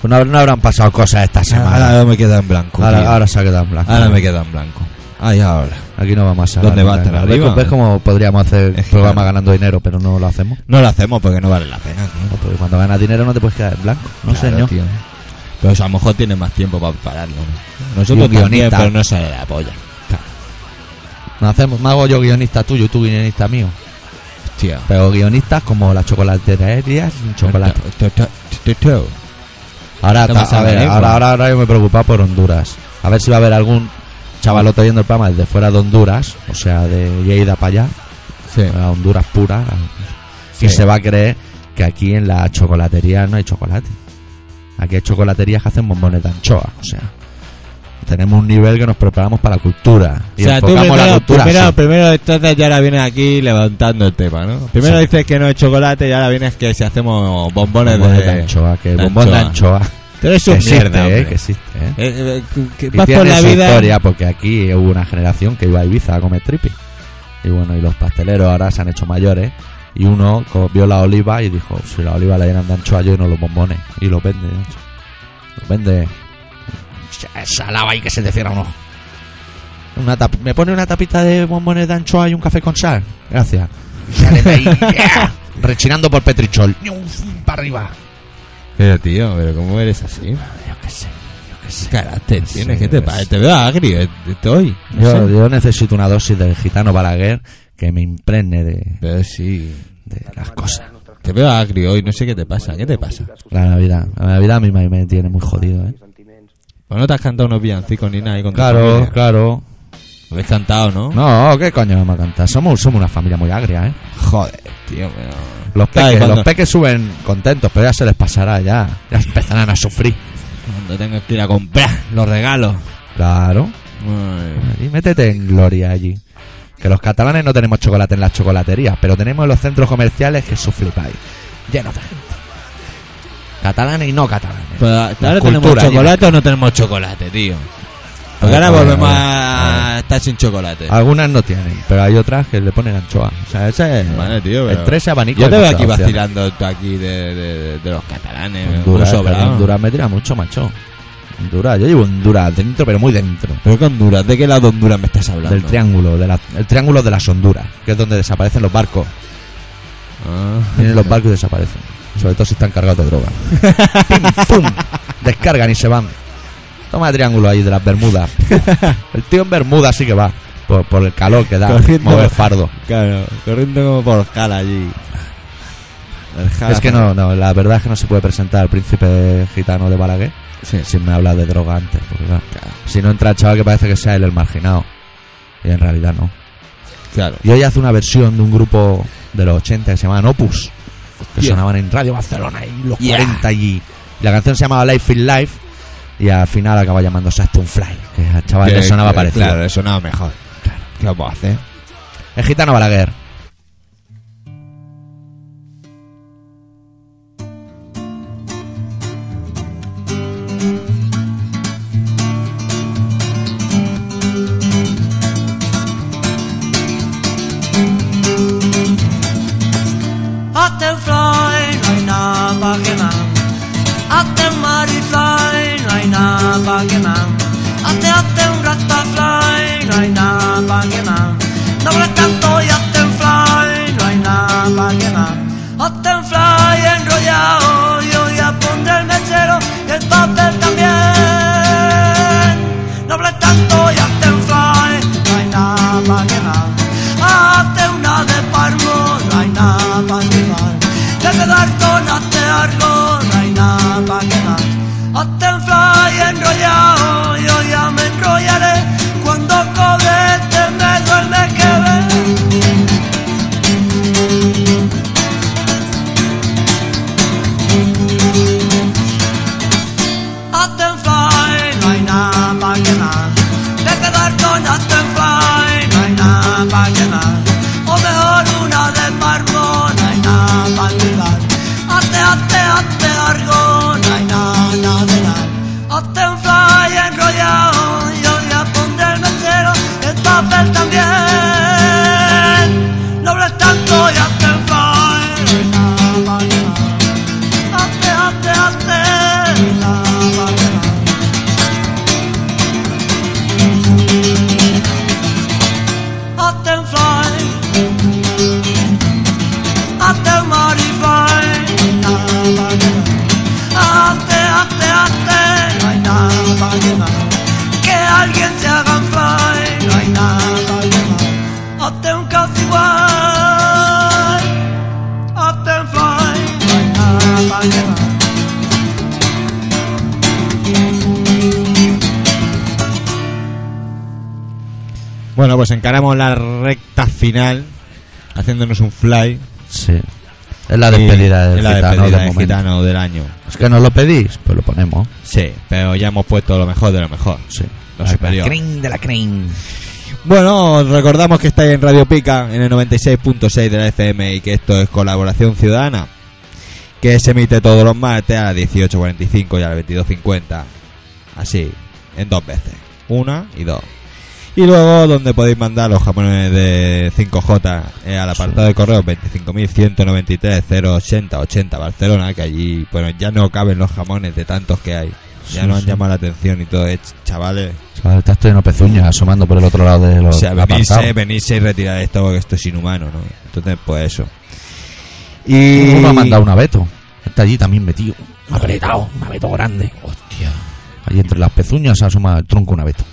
Speaker 2: Pues no, no habrán pasado cosas esta semana.
Speaker 1: Ah, Ahora me queda en blanco.
Speaker 2: Ahora,
Speaker 1: tío.
Speaker 2: ahora se ha quedado en blanco.
Speaker 1: Ahora me queda en blanco. Ahí ahora.
Speaker 2: Aquí no vamos a
Speaker 1: ¿Dónde
Speaker 2: ganar
Speaker 1: va?
Speaker 2: dinero.
Speaker 1: ¿Hasta
Speaker 2: ¿Ves,
Speaker 1: arriba?
Speaker 2: ves cómo podríamos hacer
Speaker 1: Es que
Speaker 2: programa
Speaker 1: claro.
Speaker 2: ganando dinero, pero no lo hacemos?
Speaker 1: No lo hacemos porque no vale la pena, tío.
Speaker 2: No, porque cuando ganas dinero no te puedes quedar en blanco. No,
Speaker 1: Claro,
Speaker 2: señor.
Speaker 1: tío. Pero eso, a lo mejor tienes más tiempo para prepararlo. ¿no?
Speaker 2: Y
Speaker 1: Nosotros
Speaker 2: un
Speaker 1: también,
Speaker 2: guionista.
Speaker 1: pero no sale la polla.
Speaker 2: No hacemos, me hago yo guionista tuyo y tú guionista mío.
Speaker 1: Hostia.
Speaker 2: Pero guionistas como las chocolaterías, chocolate.
Speaker 1: Tu- tu- tu- tu- tu.
Speaker 2: Ahora,
Speaker 1: Está
Speaker 2: ta- a
Speaker 1: pasando
Speaker 2: ver,
Speaker 1: lengua.
Speaker 2: ahora, ahora, ahora yo me preocupa por Honduras. A ver si va a haber algún chavalote viendo el programa desde fuera de Honduras, o sea, de Lleida para allá,
Speaker 1: Sí.
Speaker 2: a Honduras pura, a-
Speaker 1: Sí.
Speaker 2: y se va a creer que aquí en la chocolatería no hay chocolate. Aquí hay chocolaterías que hacen bombones de anchoa, o sea, tenemos un nivel que nos preparamos para la cultura.
Speaker 1: O
Speaker 2: Y
Speaker 1: sea, tú
Speaker 2: enfocamos
Speaker 1: primero,
Speaker 2: la cultura
Speaker 1: primero,
Speaker 2: así.
Speaker 1: primero tratas y ahora vienes aquí levantando el tema, ¿no? Primero
Speaker 2: Sí.
Speaker 1: dices que no es chocolate y ahora vienes que si hacemos bombones,
Speaker 2: bombones de
Speaker 1: de...
Speaker 2: anchoa, que
Speaker 1: de
Speaker 2: bombón de
Speaker 1: anchoa.
Speaker 2: anchoa.
Speaker 1: Tú eres
Speaker 2: Que
Speaker 1: un
Speaker 2: existe,
Speaker 1: mierda,
Speaker 2: eh,
Speaker 1: hombre.
Speaker 2: que existe, eh.
Speaker 1: Eh, eh, que- que
Speaker 2: Y
Speaker 1: vas por
Speaker 2: tiene
Speaker 1: la
Speaker 2: su
Speaker 1: vida...
Speaker 2: historia porque aquí hubo una generación que iba a Ibiza a comer tripi. Y bueno, y los pasteleros ahora se han hecho mayores. Y uno co- vio la oliva y dijo, si la oliva la llenan de anchoa, yo no los bombones. Y los vende, de hecho. Los vende. Esa lava ahí que se te cierra uno. Una tap- ¿Me pone una tapita de bombones de anchoa y un café con sal? Gracias. Sale de ahí, yeah, Rechinando por Petrichol. Para arriba.
Speaker 1: Pero tío, pero ¿cómo eres así?
Speaker 2: Yo qué sé, yo qué sé.
Speaker 1: ¿Qué carácter tienes?
Speaker 2: Sí,
Speaker 1: ¿Qué te
Speaker 2: es-
Speaker 1: pasa? Te veo agrio, eh, estoy. No
Speaker 2: Yo,
Speaker 1: sé.
Speaker 2: yo necesito una dosis del gitano Balaguer que me impregne de,
Speaker 1: Pero sí,
Speaker 2: de las cosas.
Speaker 1: te veo agrio hoy, no sé qué te pasa, ¿qué te pasa?
Speaker 2: La Navidad. La Navidad a mí me, me tiene muy jodido, ¿eh?
Speaker 1: Bueno, no te has cantado unos villancicos ni nada ahí con tu
Speaker 2: Claro,
Speaker 1: familia?
Speaker 2: claro.
Speaker 1: Lo habéis cantado, ¿no?
Speaker 2: No, ¿qué coño vamos a cantar? Somos, somos una familia muy agria, ¿eh?
Speaker 1: Joder, tío, pero...
Speaker 2: Los
Speaker 1: Claro, y
Speaker 2: peques,
Speaker 1: cuando-
Speaker 2: los peques suben contentos, pero ya se les pasará, ya. Ya empezarán a sufrir.
Speaker 1: Cuando tengas que ir a comprar los regalos.
Speaker 2: Claro.
Speaker 1: Ay.
Speaker 2: Y métete en gloria allí. Que los catalanes no tenemos chocolate en las chocolaterías, pero tenemos en los centros comerciales que su flipáis. Llenos de gente. Catalanes y no catalanes.
Speaker 1: Pero, ¿Ahora tenemos
Speaker 2: cultura, pues,
Speaker 1: chocolate o no tenemos chocolate, tío? Porque
Speaker 2: A
Speaker 1: ahora
Speaker 2: ver, a ver,
Speaker 1: volvemos
Speaker 2: a ver,
Speaker 1: a,
Speaker 2: a
Speaker 1: estar sin chocolate.
Speaker 2: Algunas no tienen, pero hay otras que le ponen anchoa. Ah, O sea, ese es.
Speaker 1: Vale, tío, pero-
Speaker 2: Entre ese abanico.
Speaker 1: Yo te
Speaker 2: hay
Speaker 1: veo
Speaker 2: muchas
Speaker 1: aquí
Speaker 2: opciones.
Speaker 1: vacilando tú aquí de, de- de los catalanes.
Speaker 2: Honduras,
Speaker 1: muy
Speaker 2: pero
Speaker 1: sobrado.
Speaker 2: Honduras me tira mucho, macho. Honduras, yo llevo Honduras dentro, pero muy dentro.
Speaker 1: ¿Pero qué Honduras? ¿De qué lado de Honduras me estás hablando?
Speaker 2: Del triángulo, de la- el triángulo de las Honduras, que es donde desaparecen los barcos.
Speaker 1: Ah.
Speaker 2: Vienen los barcos y desaparecen. Sobre todo si están cargados de droga. ¡Pim, pum! Descargan y se van. Toma triángulo ahí de las Bermudas. El tío en Bermuda sí que va. Por, por el calor que da.
Speaker 1: Cogiendo-
Speaker 2: Mover fardo.
Speaker 1: Claro, corriendo como por Jala allí. El Jala-
Speaker 2: Es que no, no, la verdad es que no se puede presentar al príncipe gitano de Balaguer
Speaker 1: Sí, sí.
Speaker 2: sin me hablar de droga antes. Porque, claro, si no entra el chaval que parece que sea él el marginado. Y en realidad no.
Speaker 1: Claro.
Speaker 2: Y hoy hace una versión de un grupo de los 80 que se llamaban Opus. Que
Speaker 1: Yeah.
Speaker 2: sonaban en Radio Barcelona y los
Speaker 1: Yeah.
Speaker 2: 40 allí. Y la canción se llamaba Life in Life. Y al final acaba llamándose Aston Fly. Que al chaval le
Speaker 1: Que-
Speaker 2: sonaba
Speaker 1: que-
Speaker 2: parecido.
Speaker 1: Claro, le sonaba mejor. Claro. ¿Qué vamos a hacer?
Speaker 2: El gitano Balaguer.
Speaker 6: Butterfly, no hay nada pa' quemar. Hazte un Marifly, no hay nada pa' quemar. Hazte, hazte un Rastafly, no hay nada pa' quemar. Doble canto y hazte un Fly, no hay nada pa' quemar. Hazte un Fly enrollado, yo ya pondré el mechero y el papel también. Doble tanto y hazte un fly, no hay nada para quemar. Hazte una de parmo, no hay nada para quemar. De quedar con hazte algo, no hay nada para quemar. Hazte un para quemar. O mejor una de carbón, no hay nada para tirar. Hazte, hazte, hazte largo, no hay nada, nada de nada. Hazte un fly enrollado, yo ya pondré el mechero, el papel también. No hables tanto y hazte un fly, no hay nada para quemar. Hazte, hazte, hazte, no hay nada para quemar. Up them fly, up them modify, hazte, hazte, hazte, no hay nada para quemar. Que alguien se haga un fly, no hay nada para quemar. Hazte un café igual, hazte un fly, no hay nada para quemar.
Speaker 1: Bueno, pues encaramos la recta final haciéndonos un fly.
Speaker 2: Sí. Es la
Speaker 1: y-
Speaker 2: despedida del
Speaker 1: es la
Speaker 2: gitano
Speaker 1: despedida del
Speaker 2: de momento.
Speaker 1: gitano del año.
Speaker 2: Es que no lo pedís, pues lo ponemos.
Speaker 1: Sí, pero ya hemos puesto lo mejor de lo mejor.
Speaker 2: Sí.
Speaker 1: Lo superior.
Speaker 2: cream de la cream.
Speaker 1: Bueno, recordamos que estáis en Radio Pica, en el 96.6 de la FM y que esto es Colaboración Ciudadana, que se emite todos los martes a las 18.45 y a las 22.50. Así, en dos veces. Una y dos. Y luego, donde podéis mandar los jamones de 5J eh, al apartado de correo 25.193.080.80 Barcelona, que allí, bueno, ya no caben los jamones de tantos que hay. Ya
Speaker 2: Sí,
Speaker 1: nos han
Speaker 2: sí.
Speaker 1: llamado la atención y todo, eh, ch- chavales.
Speaker 2: Chaval, está estoy en Opezuña asomando por el otro lado de
Speaker 1: O
Speaker 2: los
Speaker 1: sea,
Speaker 2: del apartado.
Speaker 1: venirse, venirse y retirar esto porque esto es inhumano, ¿no? Entonces, pues eso. Y...
Speaker 2: Uno ha mandado una Beto. Está allí también metido. Apretado, una Beto grande. Hostia. Ahí entre las pezuñas se asoma el tronco una Beto.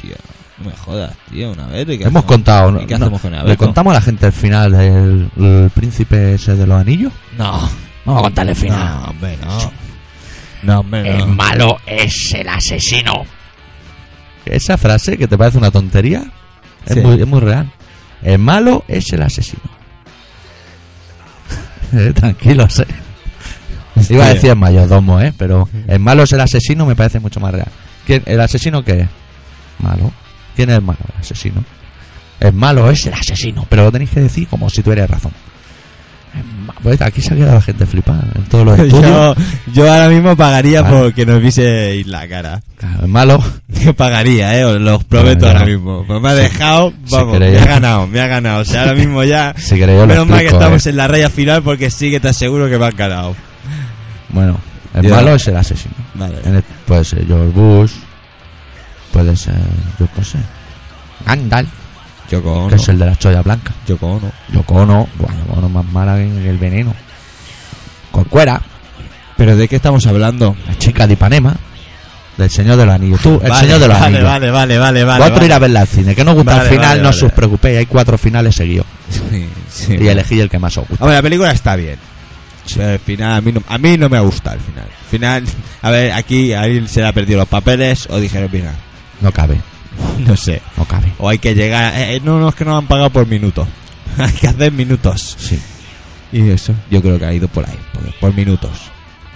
Speaker 1: Tío, no me jodas, tío, una vez. ¿y qué
Speaker 2: Hemos
Speaker 1: hacemos?
Speaker 2: contado.
Speaker 1: ¿Y qué
Speaker 2: ¿no?
Speaker 1: hacemos con una
Speaker 2: ¿Le
Speaker 1: Beto?
Speaker 2: contamos a la gente el final del el príncipe ese de los anillos?
Speaker 1: No,
Speaker 2: Vamos a contarle el
Speaker 1: no,
Speaker 2: final.
Speaker 1: hombre, no. No, hombre,
Speaker 7: El
Speaker 1: no.
Speaker 7: malo es el asesino.
Speaker 2: Esa frase que te parece una tontería es,
Speaker 1: Sí.
Speaker 2: muy, es muy real. El malo es el asesino. Eh, Tranquilo, sé. Iba a
Speaker 1: Hostia.
Speaker 2: decir el mayordomo, ¿eh? Pero el malo es el asesino, me parece mucho más real. ¿Quién, ¿El asesino qué es? Malo. ¿Quién es el malo? El asesino. El malo es el asesino, pero lo tenéis que decir como si tuvieras razón. El ma- Pues aquí se ha quedado la gente flipada en todos los estudios.
Speaker 1: Yo, yo ahora mismo pagaría
Speaker 2: Vale.
Speaker 1: por que nos vieseis la cara.
Speaker 2: Claro, El malo
Speaker 1: Yo pagaría, eh, os lo prometo
Speaker 2: Bueno, ya.
Speaker 1: ahora mismo. Pues me ha dejado,
Speaker 2: si
Speaker 1: vamos, me
Speaker 2: queréis.
Speaker 1: ha ganado, me ha ganado. O sea, ahora mismo ya.
Speaker 2: Si queréis, yo lo
Speaker 1: Menos mal que
Speaker 2: explico,
Speaker 1: estamos
Speaker 2: eh.
Speaker 1: en la raya final porque sí que te aseguro que me han ganado.
Speaker 2: Bueno, el
Speaker 1: Ya.
Speaker 2: malo es el asesino.
Speaker 1: Vale.
Speaker 2: En el- puede ser George Bush, puede ser, yo qué sé, Gandalf,
Speaker 1: Yo
Speaker 2: que
Speaker 1: con.
Speaker 2: es el de la cholla blanca.
Speaker 1: Yo con.
Speaker 2: Yoko Ono, bueno, Yoko Ono más mala que el veneno. Corcuera,
Speaker 1: ¿Pero de qué estamos hablando?
Speaker 2: la chica de Ipanema, del Señor de los Anillos. Tú, el Señor de los
Speaker 1: vale,
Speaker 2: Anillos.
Speaker 1: vale, vale, vale, vale.
Speaker 2: Cuatro ir a verla al cine, que no os gusta
Speaker 1: Vale,
Speaker 2: el final,
Speaker 1: vale,
Speaker 2: no
Speaker 1: vale.
Speaker 2: os preocupéis, hay cuatro finales seguidos.
Speaker 1: Sí, sí.
Speaker 2: Y elegí el que más os gusta.
Speaker 1: Hombre, la película está bien. Pero el final, a mí, no, a mí no me gusta el final. El final, a ver, aquí a alguien se le ha perdido los papeles o dijeron, mira,
Speaker 2: No cabe,
Speaker 1: no sé.
Speaker 2: no cabe.
Speaker 1: O hay que llegar. eh, eh, no, no, es que nos han pagado por minuto. hay que hacer minutos.
Speaker 2: Sí.
Speaker 1: Y eso, yo creo que ha ido por ahí, por, por minutos.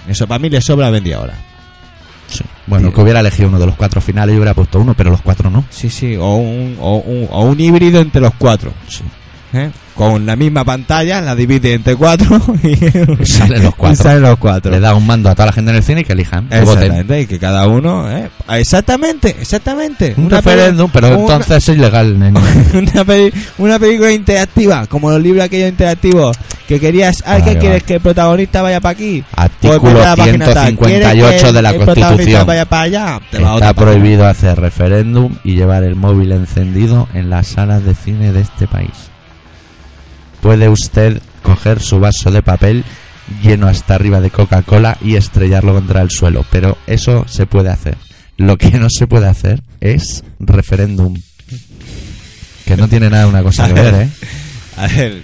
Speaker 1: Eso para mí le sobra media hora.
Speaker 2: Sí. Bueno,
Speaker 1: Sí.
Speaker 2: que hubiera elegido uno de los cuatro finales, yo hubiera puesto uno, pero los cuatro no.
Speaker 1: Sí, sí, o un, o un, o un híbrido entre los cuatro.
Speaker 2: Sí.
Speaker 1: ¿eh? Con la misma pantalla, la divide entre cuatro y,
Speaker 2: Y salen los cuatro.
Speaker 1: y salen los cuatro.
Speaker 2: Le da un mando a toda la gente en el cine y que elijan. que voten.
Speaker 1: Exactamente, y que cada uno. ¿eh? Exactamente, exactamente.
Speaker 2: Un
Speaker 1: Una
Speaker 2: referéndum,
Speaker 1: peli-
Speaker 2: pero
Speaker 1: una-
Speaker 2: entonces es ilegal, nene.
Speaker 1: Una, peli- una película interactiva, como los libros aquellos interactivos. Que querías. Ah,
Speaker 2: Vale,
Speaker 1: ¿qué
Speaker 2: vete.
Speaker 1: quieres que el protagonista vaya para aquí? Pues
Speaker 2: Artículo
Speaker 1: vete a la página tal. ¿Quieres que
Speaker 2: 158
Speaker 1: el-
Speaker 2: de la
Speaker 1: el protagonista
Speaker 2: Constitución.
Speaker 1: vaya para allá? Te va a
Speaker 2: Está
Speaker 1: otra página.
Speaker 2: prohibido hacer referéndum y llevar el móvil encendido en las salas de cine de este país. Puede usted coger su vaso de papel lleno hasta arriba de Coca-Cola y estrellarlo contra el suelo, pero eso se puede hacer. Lo que no se puede hacer es referéndum. Que no tiene nada una cosa que ver, ¿eh?
Speaker 1: A ver,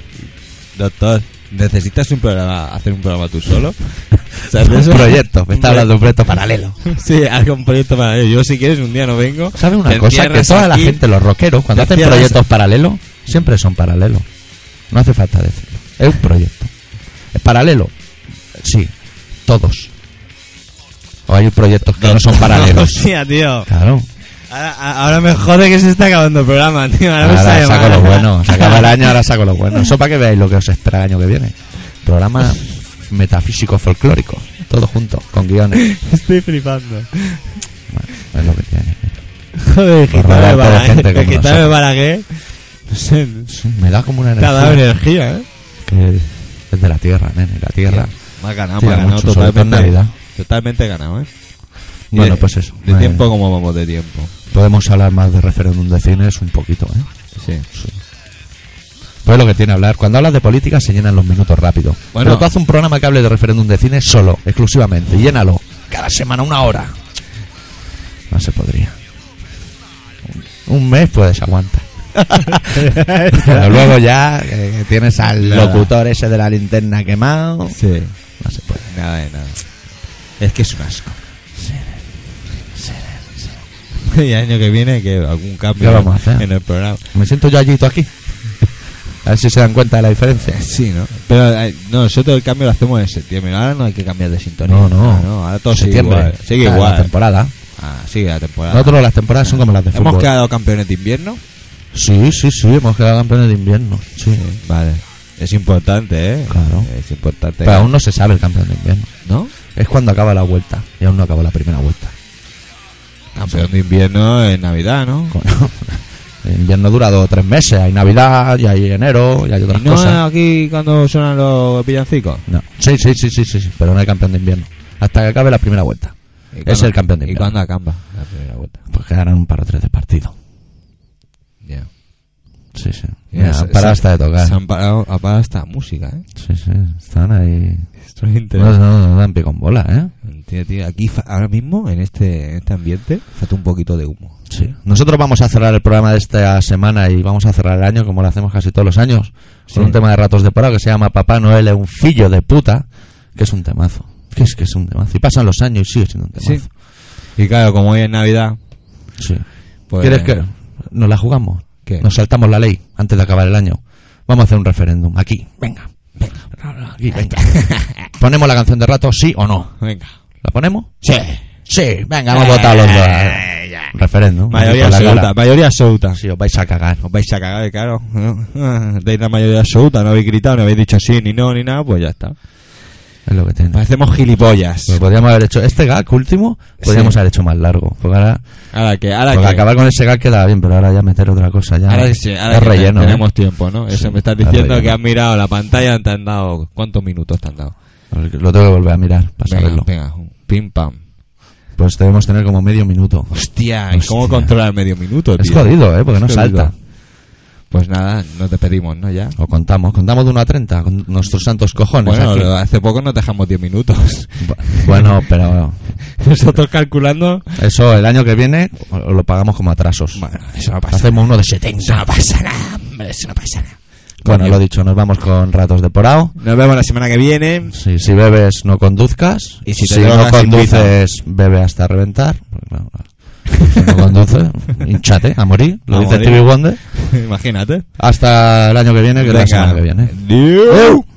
Speaker 1: doctor, ¿necesitas un programa, hacer un programa tú solo? ¿Sabes
Speaker 2: Un
Speaker 1: eso?
Speaker 2: proyecto, me está hablando de un proyecto paralelo.
Speaker 1: Sí, haga un proyecto para Yo, si quieres, un día no vengo.
Speaker 2: ¿Sabes una
Speaker 1: Te
Speaker 2: cosa? Que
Speaker 1: encierras
Speaker 2: toda la
Speaker 1: aquí. este.
Speaker 2: gente, los rockeros, cuando
Speaker 1: te
Speaker 2: hacen
Speaker 1: encierras-
Speaker 2: proyectos paralelos, siempre son paralelos. No hace falta decirlo. Es un proyecto. ¿Es paralelo? Sí. Todos. O hay proyectos que no son paralelos.
Speaker 1: Hostia, tío.
Speaker 2: Claro.
Speaker 1: Ahora, a- ahora me jode que se está acabando el programa, tío. Ahora, me
Speaker 2: Ahora
Speaker 1: sale
Speaker 2: saco
Speaker 1: mal.
Speaker 2: lo bueno. Se acaba el año, ahora saco lo bueno. Eso para que veáis lo que os espera el año que viene. Programa metafísico folclórico. Todo junto, con guiones.
Speaker 1: Estoy flipando.
Speaker 2: Bueno, es lo que tiene.
Speaker 1: Joder,
Speaker 2: Por
Speaker 1: gitano de
Speaker 2: rodearte de
Speaker 1: Balaguer. El
Speaker 2: gente como
Speaker 1: gitano de
Speaker 2: nosotros.
Speaker 1: Balaguer. No sé,
Speaker 2: Me da como una
Speaker 1: te ha dado
Speaker 2: energía.
Speaker 1: energía, ¿eh?
Speaker 2: que es de la tierra, nene, la tierra.
Speaker 1: Me ha ganado,
Speaker 2: Tira
Speaker 1: me ha ganado
Speaker 2: mucho, sobre todo en
Speaker 1: totalmente.
Speaker 2: Navidad.
Speaker 1: Totalmente ganado, ¿eh? Y
Speaker 2: Bueno,
Speaker 1: de-
Speaker 2: pues eso.
Speaker 1: De
Speaker 2: Eh,
Speaker 1: tiempo, como vamos de tiempo?
Speaker 2: Podemos hablar más de referéndum de cines un poquito, ¿eh?
Speaker 1: Sí.
Speaker 2: Pues lo que tiene hablar. Cuando hablas de política se llenan los minutos rápido.
Speaker 1: Bueno.
Speaker 2: Pero tú haces un programa que hable de referéndum de cine solo, exclusivamente. Llénalo. Cada semana una hora. No se podría. Un mes puedes aguantar. Pero luego ya eh, tienes al
Speaker 1: Nada.
Speaker 2: locutor ese de la linterna quemado.
Speaker 1: Sí.
Speaker 2: No se puede.
Speaker 1: Nada de nada. Es que es un asco. Y el año que viene, que algún cambio
Speaker 2: ¿Qué vamos a hacer?
Speaker 1: en el programa.
Speaker 2: Me siento yo allí y tú aquí. A ver si se dan cuenta de la diferencia.
Speaker 1: Sí, ¿no? Pero eh, no, nosotros el cambio lo hacemos en septiembre. Ahora no hay que cambiar de sintonía.
Speaker 2: No, no.
Speaker 1: Ah, Ahora todo sigue
Speaker 2: Septiembre.
Speaker 1: igual. Sigue
Speaker 2: Claro, La
Speaker 1: igual.
Speaker 2: temporada.
Speaker 1: Ah, sigue la temporada.
Speaker 2: Nosotros las temporadas son como las de
Speaker 1: ¿Hemos
Speaker 2: fútbol.
Speaker 1: quedado campeones de invierno?
Speaker 2: Sí, sí, sí, hemos quedado campeones de invierno. Sí.
Speaker 1: Vale. Es importante, ¿eh?
Speaker 2: Claro.
Speaker 1: Es importante.
Speaker 2: Pero aún no se sabe el campeón de invierno.
Speaker 1: ¿No?
Speaker 2: Es cuando acaba la vuelta. Y aún no acaba la primera vuelta.
Speaker 1: Campeón de invierno en Navidad, ¿no?
Speaker 2: Con- el invierno dura dos o tres meses. Hay Navidad, y hay enero, y hay otras
Speaker 1: ¿Y no
Speaker 2: cosas.
Speaker 1: aquí cuando suenan los villancicos?
Speaker 2: No. Sí, sí, sí, sí, sí, sí, Pero no hay campeón de invierno. Hasta que acabe la primera vuelta.
Speaker 1: ¿Y
Speaker 2: Es
Speaker 1: cuándo-
Speaker 2: el campeón de
Speaker 1: ¿Y
Speaker 2: invierno.
Speaker 1: cuándo acaba la primera vuelta?
Speaker 2: Pues quedarán un par o tres de partido.
Speaker 1: Ya.
Speaker 2: Sí, sí.
Speaker 1: Ya,
Speaker 2: Mira,
Speaker 1: se-
Speaker 2: han parado
Speaker 1: se-
Speaker 2: hasta de tocar.
Speaker 1: Se han parado, ha parado hasta música, ¿eh?
Speaker 2: Sí, sí. Están ahí.
Speaker 1: Esto es
Speaker 2: No,
Speaker 1: interesante.
Speaker 2: no, no dan pie con bola, ¿eh?
Speaker 1: Tío, tío, aquí, fa- ahora mismo, en este, en este ambiente, falta un poquito de humo.
Speaker 2: Sí. Nosotros vamos a cerrar el programa de esta semana y vamos a cerrar el año como lo hacemos casi todos los años
Speaker 1: Sí.
Speaker 2: con un tema de ratos de parado que se llama Papá Noel es un fillo de puta, que es un temazo. Que es que es un temazo. Y pasan los años y sigue siendo un temazo.
Speaker 1: Y claro, como hoy es Navidad,
Speaker 2: Sí.
Speaker 1: pues...
Speaker 2: ¿Quieres que nos la jugamos?
Speaker 1: ¿Qué?
Speaker 2: Nos saltamos la ley antes de acabar el año. Vamos a hacer un referéndum aquí. Venga. Venga. Aquí, venga. ¿Ponemos la canción de rato sí o no?
Speaker 1: Venga.
Speaker 2: ¿La ponemos? Sí. Sí, venga, vamos a votar los dos. Un Referéndum.
Speaker 1: Eh, Mayoría
Speaker 2: Aquí por la
Speaker 1: absoluta,
Speaker 2: cara.
Speaker 1: mayoría absoluta.
Speaker 2: Sí, os vais a cagar.
Speaker 1: Os vais a cagar, claro. ¿no? Deis la mayoría absoluta, no habéis gritado, no habéis dicho sí, ni no, ni nada, pues ya está.
Speaker 2: Es lo que tiene.
Speaker 1: Parecemos gilipollas.
Speaker 2: Lo podríamos haber hecho. Este gag último, podríamos
Speaker 1: Sí.
Speaker 2: haber hecho más largo. Porque ahora,
Speaker 1: Ahora que, ahora
Speaker 2: porque
Speaker 1: que...
Speaker 2: acabar con ese gag quedaba bien, pero ahora ya meter otra cosa. Ya
Speaker 1: Ahora que, sí, ahora
Speaker 2: es
Speaker 1: que
Speaker 2: relleno. ¿eh?
Speaker 1: tenemos tiempo, ¿no? Eso
Speaker 2: Sí,
Speaker 1: me estás
Speaker 2: es
Speaker 1: diciendo que
Speaker 2: relleno.
Speaker 1: has mirado la pantalla, te han dado... ¿Cuántos minutos te han dado?
Speaker 2: Lo tengo que volver a mirar para saberlo.
Speaker 1: venga, un pim pam.
Speaker 2: Pues debemos tener como medio minuto.
Speaker 1: Hostia, ¿y cómo
Speaker 2: Hostia.
Speaker 1: controlar medio minuto, tío?
Speaker 2: Es jodido, ¿eh? Porque no
Speaker 1: Es jodido.
Speaker 2: salta.
Speaker 1: Pues nada, nos despedimos, ¿no? Ya.
Speaker 2: O contamos. Contamos de 1 a 30 con nuestros santos cojones.
Speaker 1: Bueno,
Speaker 2: aquí.
Speaker 1: lo- hace poco nos dejamos 10 minutos.
Speaker 2: Bu- bueno, pero
Speaker 1: Nosotros calculando.
Speaker 2: eso el año que viene o- lo pagamos como atrasos.
Speaker 1: Bueno, eso no pasa.
Speaker 2: Hacemos uno de 70.
Speaker 7: Eso no pasa nada, hombre, eso no pasa nada.
Speaker 2: Bueno,
Speaker 1: Coño.
Speaker 2: lo dicho, nos vamos con ratos de porao.
Speaker 1: Nos vemos la semana que viene.
Speaker 2: Sí, si bebes, no conduzcas.
Speaker 1: Y si te
Speaker 2: no
Speaker 1: drogas,
Speaker 2: conduces, bebe hasta reventar. Pues, claro, Si no conduces, hinchate a morir. Lo
Speaker 1: A
Speaker 2: dice
Speaker 1: morir.
Speaker 2: Stevie Wonder.
Speaker 1: Imagínate.
Speaker 2: Hasta el año que viene, que es la
Speaker 1: Venga.
Speaker 2: semana que viene.
Speaker 1: Adiós.
Speaker 2: ¡Adiós!